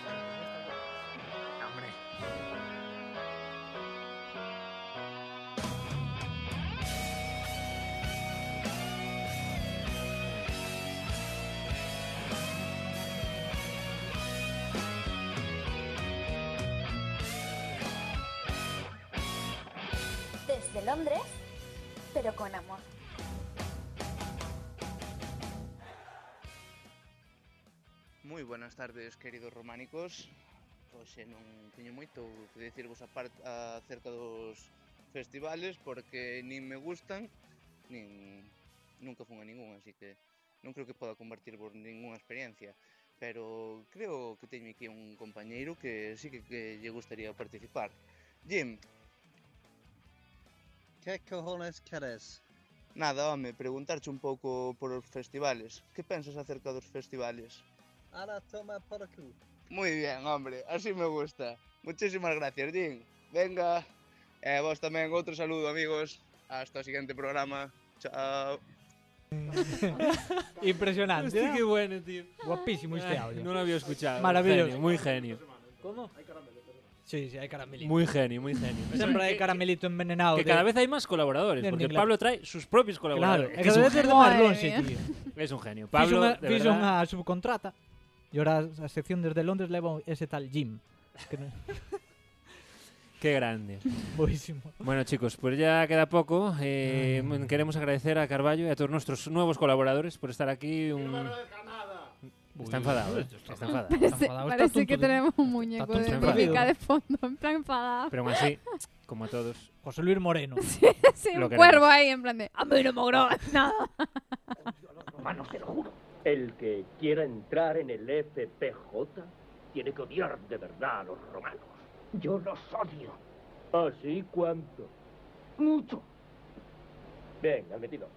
Desde Londres, pero con amor. Moi buenas tardes, queridos románicos Pois non teño moito que dicirvos aparte acerca dos festivales Porque nin me gustan, nin nunca fun a ningún Así que non creo que poda convertirvos ningunha experiencia Pero creo que teño aquí un compañeiro que sí que, que lle gustaría participar Jim, Que cojones queres? nada, home, preguntarche un pouco por os festivales Que pensas acerca dos festivales? A la toma por cu. Muy bien, hombre, así me gusta. Muchísimas gracias, Jim. Venga, eh, vos tamén outro saludo, amigos. Hasta o siguiente programa. Chao. Impresionante. ¿eh? Hostia, qué bueno, tío. Guapísimo este Ay, audio. no lo había escuchado. Maravilloso. Genio, muy genio. ¿Cómo? Sí, sí, hay caramelito. Muy genio, muy genio. Siempre Eh, hay caramelito envenenado. Que de- cada vez hay más colaboradores, de porque Inglaterra. Pablo trae sus propios Claro, colaboradores. é cada vez es de más longe, tío. Es un genio. Fixo Pablo, unha- de fixo verdad. unha subcontrata. E ahora a sección desde Londres leva ese tal Jim. Que non- Qué grande. Buenísimo. Bueno, chicos, pues ya queda poco. Eh, Queremos agradecer a Carballo y a todos nuestros nuevos colaboradores por estar aquí. Un... Está enfadado, ¿eh? Está enfadado. Parece, parece que tenemos un muñeco tonto de de típica enfadado. de fondo, en plan enfadado. Pero aún así, como a todos. José Luis Moreno. sí, lo un queremos. cuervo ahí, en plan de, a mí no me grabas nada. Romanos, te lo juro. El que quiera entrar en el FPJ tiene que odiar de verdad a los romanos. Yo los odio. ¿Así cuánto? Mucho. Venga, metido.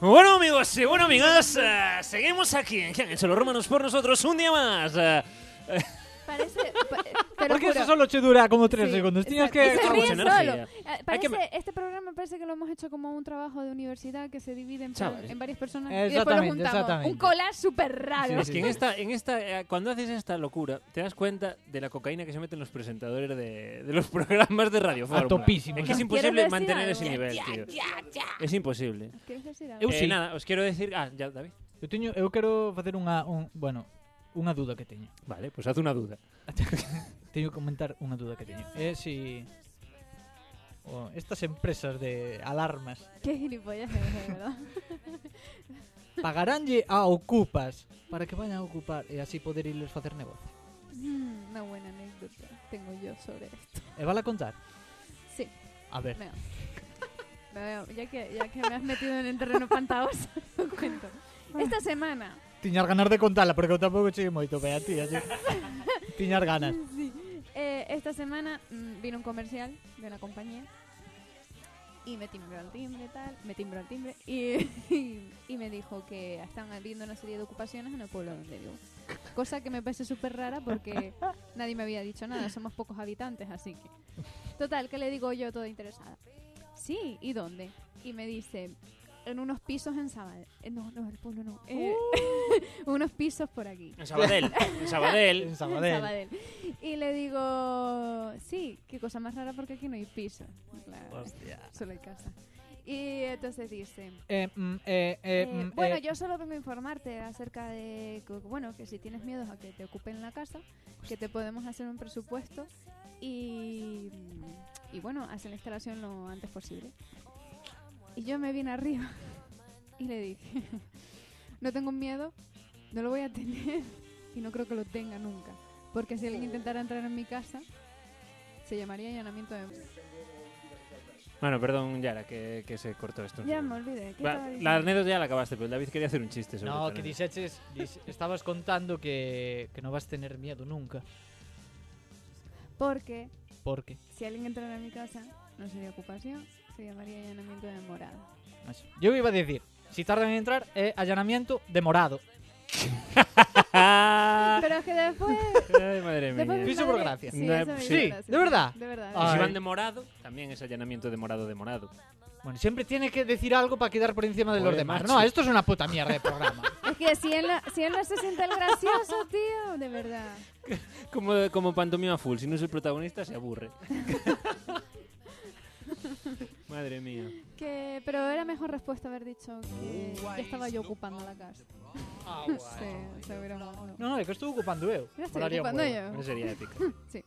Bueno amigos y bueno amigas, eh, seguimos aquí en ¿Qué han hecho los romanos por nosotros? Un día más. eh, eh, Parece, pa- te lo Porque eso juro. solo che dura como 3 segundos. Tienes Y que... Ah, se ríe mucha energía. solo. Eh, Parece, Este programa parece que lo hemos hecho como un trabajo de universidad que se divide en, plan- Chavales. en varias personas y después lo Exactamente, juntamos. exactamente. Un collage súper raro. es que en esta, en esta, eh, cuando haces esta locura, te das cuenta de la cocaína que se meten los presentadores de, de los programas de Radio Fórmula. topísimo, Es que ¿no? es ¿Quieres imposible decir mantener algo? ese Ya, nivel, ya, tío. ya, ya. Es imposible. ¿Quieres decir algo? Eu Eh, sí. nada, os quero decir, ah, ya, David. Eu teño eu quero facer unha un, bueno, unha duda que teño. Vale, pois pues haz unha duda. teño que comentar unha duda que teño. É si o estas empresas de alarmas Qué gilipollas eres, de verdad. pagaránlle a ocupas para que vayan a ocupar e así poder irles facer negocio. Mm, Una buena anécdota tengo yo sobre esto. E vala contar. Sí. A ver. Venga. Venga, ya, que, ya que me has metido en el terreno pantaloso, lo cuento. Esta semana Tiñas ganas de contala porque eu tampouco cheguei moito, vea, tía. yo- Tiñas ganas. Sí. Eh, esta semana mm, vino un comercial de una compañía y me timbró al timbre, tal, me timbró al timbre y, y, me dijo que están habiendo una serie de ocupaciones en el pueblo donde vivo. Cosa que me parece súper rara porque nadie me había dicho nada, somos pocos habitantes, así que... Total, que le digo yo toda interesada. Sí, ¿y dónde? Y me dice, en unos pisos en Sabadell. Eh, no, no, el pueblo no. eh, unos pisos por aquí. En Sabadell, en Sabadell. En Sabadell. Y le digo, sí, qué cosa más rara porque aquí no hay piso. Claro, Hostia. Solo hay casa. Y entonces dice, Eh, mm, eh, eh, eh, mm, bueno, eh, yo solo vengo a informarte acerca de, que, bueno, que si tienes miedos a que te ocupen la casa, que te podemos hacer un presupuesto y, y bueno, hacer la instalación lo antes posible. Y yo me vine arriba y le dije, no tengo miedo, no lo voy a tener y no creo que lo tenga nunca. Porque si alguien intentara entrar en mi casa, se llamaría allanamiento de... Bueno, perdón, Yara, que, que se cortó esto. Ya me olvidé. ¿qué Va, estaba la diciendo? anécdota ya la acabaste, pero David quería hacer un chiste sobre No, esto, que dixeches, dis- estabas contando que, que no vas a tener miedo nunca. Porque Porque, si alguien entrara a mi casa, no sería ocupación, se llamaría allanamiento de morada. macho. yo iba a decir, si tardan en entrar, é allanamiento demorado. Pero es que después. Ay, madre mía. Después mi Fixo Ah. por madre- gracia. Sí, Na- eso me hizo sí. gracia. De verdad. De verdad. Y si Ay. van de morado, también es allanamiento de morado de morado. Bueno, siempre tiene que decir algo para quedar por encima de los Joder, demás. macho. No, esto es una puta mierda de programa. Es que si él, no- si él no se siente el gracioso, tío, de verdad. Como, como pantomima full, si no es el protagonista se aburre. Madre mía. Que, pero era mejor respuesta haber dicho que ya estaba yo ocupando la casa. Ah, Sí, se hubiera molado. No, no, é que estou ocupando eu. Ya estoy Molaría un ocupando huevo. yo. Eso sería épico. Sí.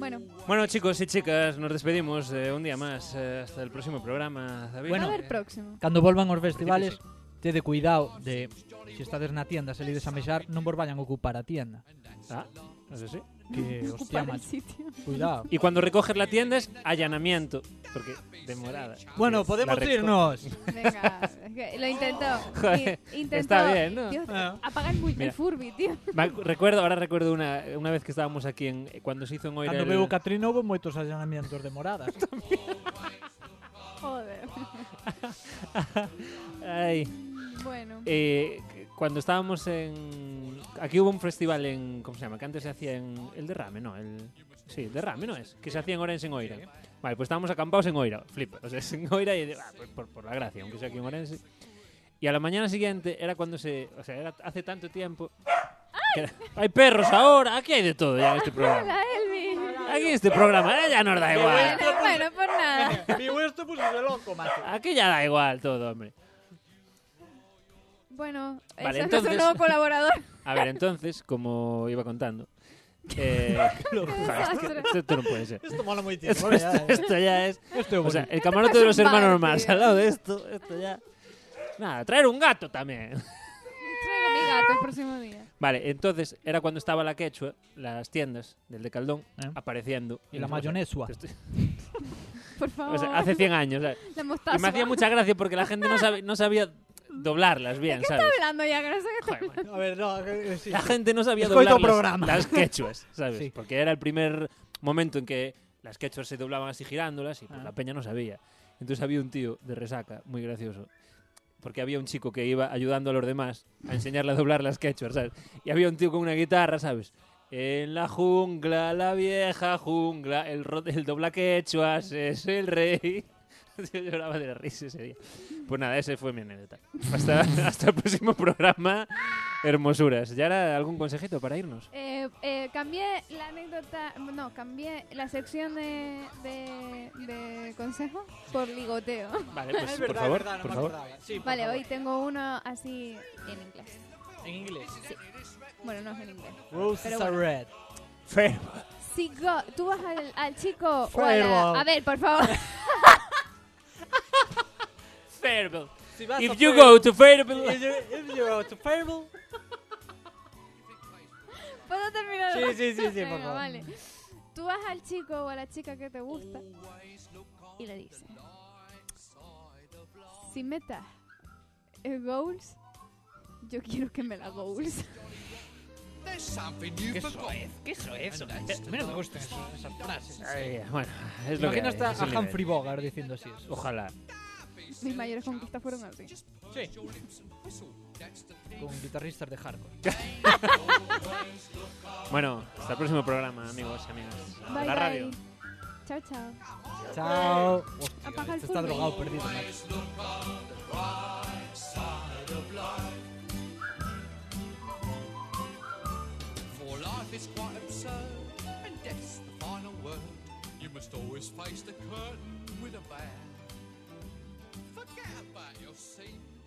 Bueno, Bueno, chicos y chicas, nos despedimos eh, un día más. eh, hasta el próximo programa. David. Bueno. a ver próximo. Cando volvan os festivales, tede cuidado de se estades na tienda, salides a mexar, non vos vayan a ocupar a tienda. Ah, no sé si. Que hostia, Ocupar el macho. sitio. Cuidado. Y cuando recoges la tienda es allanamiento. Porque de morada. Bueno, Es podemos la recto- irnos. Venga, es que lo intentó. Joder, I- intentó. está bien, ¿no? Dios, Ah. apaga el, mu- el Mira. Furby, tío. Me ac- recuerdo, ahora recuerdo una, una vez que estábamos aquí en, cuando se hizo en Oira Cando el- veo o Catrino houve moitos allanamientos de moradas. Joder. Ay. Bueno. Eh, que- cuando estábamos en aquí hubo un festival en ¿cómo se llama? Que antes se hacía en el derrame, no, el sí, el derrame no es, que se hacía en Orense en Oira. Vale, pues estábamos acampados en Oira, flip, o sea, es en Oira y ah, por, por- por la gracia, aunque sea aquí en Orense. Y a la mañana siguiente era cuando se, o sea, era hace tanto tiempo que era- hay perros ahora, aquí hay de todo ya en este programa. Hola, Elvi. Aquí en este programa eh, ya nos da igual. Bueno, bueno, por nada. Viu esto, pues de loco, macho. Aquí ya da igual todo, hombre. Bueno, Vale, ese es entonces- nuestro nuevo colaborador. A ver, entonces, como iba contando. eh, desastre. esto, esto no puede ser. Esto mola moi tiempo, Esto, ahora ya, esto- eh. esto ya es. Esto é O sea, bonito. el camarote de los un bar, hermanos tío. más, al lado de esto, esto ya. Nada, traer un gato también. Traigo a mi gato el próximo día. Vale, entonces era cuando estaba la quechua, las tiendas del de Caldón, Eh. apareciendo. Y la O sea, mayonesua. te estoy- Por favor. O sea, hace 100 años. ¿sabes? La mostaza. Y me hacía mucha gracia porque la gente no, sabe- no sabía doblarlas bien, ¿Qué ¿sabes? está hablando ya? Que no sé qué está Joder, macho. A ver, no, eh, eh, sí. la gente no sabía Escoito doblar o las- programa. las quechuas, ¿sabes? Sí. Porque era el primer momento en que las quechuas se doblaban así girándolas y pues, Ah. la peña no sabía. Entonces había un tío de resaca, muy gracioso, porque había un chico que iba ayudando a los demás a enseñarle a doblar las quechuas, ¿sabes? Y había un tío con una guitarra, ¿sabes? En la jungla, la vieja jungla, el, ro- el dobla quechuas es el rey. Yo lloraba de la risa ese día. Pues nada, ese fue mi anécdota. Hasta, hasta el próximo programa. Hermosuras. ¿Ya era algún consejito para irnos? Eh, eh, cambié la anécdota, no, cambié la sección de, de, de consejo por ligoteo. Vale, pues por favor, por favor. Vale, hoy tengo uno así en inglés. En inglés. Sí. Bueno, no es en inglés. Roses Pero are bueno. red. Si go- tú vas al, al chico o a la... Fireball. A ver, por favor. Fairbel. Si vas a If you Fairbel- go to If Fairbel. you, if you go to Fairbel, ¿Puedo terminar? Sí, sí, sí, sí, por Venga, favor. vale. Tú vas al chico o a la chica que te gusta y le dices, si metas eh, goals, yo quiero que me la goals. ¿Qué soez? ¿Qué soez? Eh, A mí no me gustan esas- esas frases. Ay, bueno, es lo que Imagino hay, hasta es a el nivel. Humphrey Bogart diciendo así. eso. Ojalá. Mis mayores conquistas fueron así. Sí. Con guitarristas de hardcore. Bueno, hasta el próximo programa, amigos y amigas. de Bye, la radio. bye. Chao, chao. Chao. Apaga el Este está fulmin. drogado, perdido. macho. For life is quite absurd, and death's the final word. You must always face the curtain with a bow. Forget about your scene.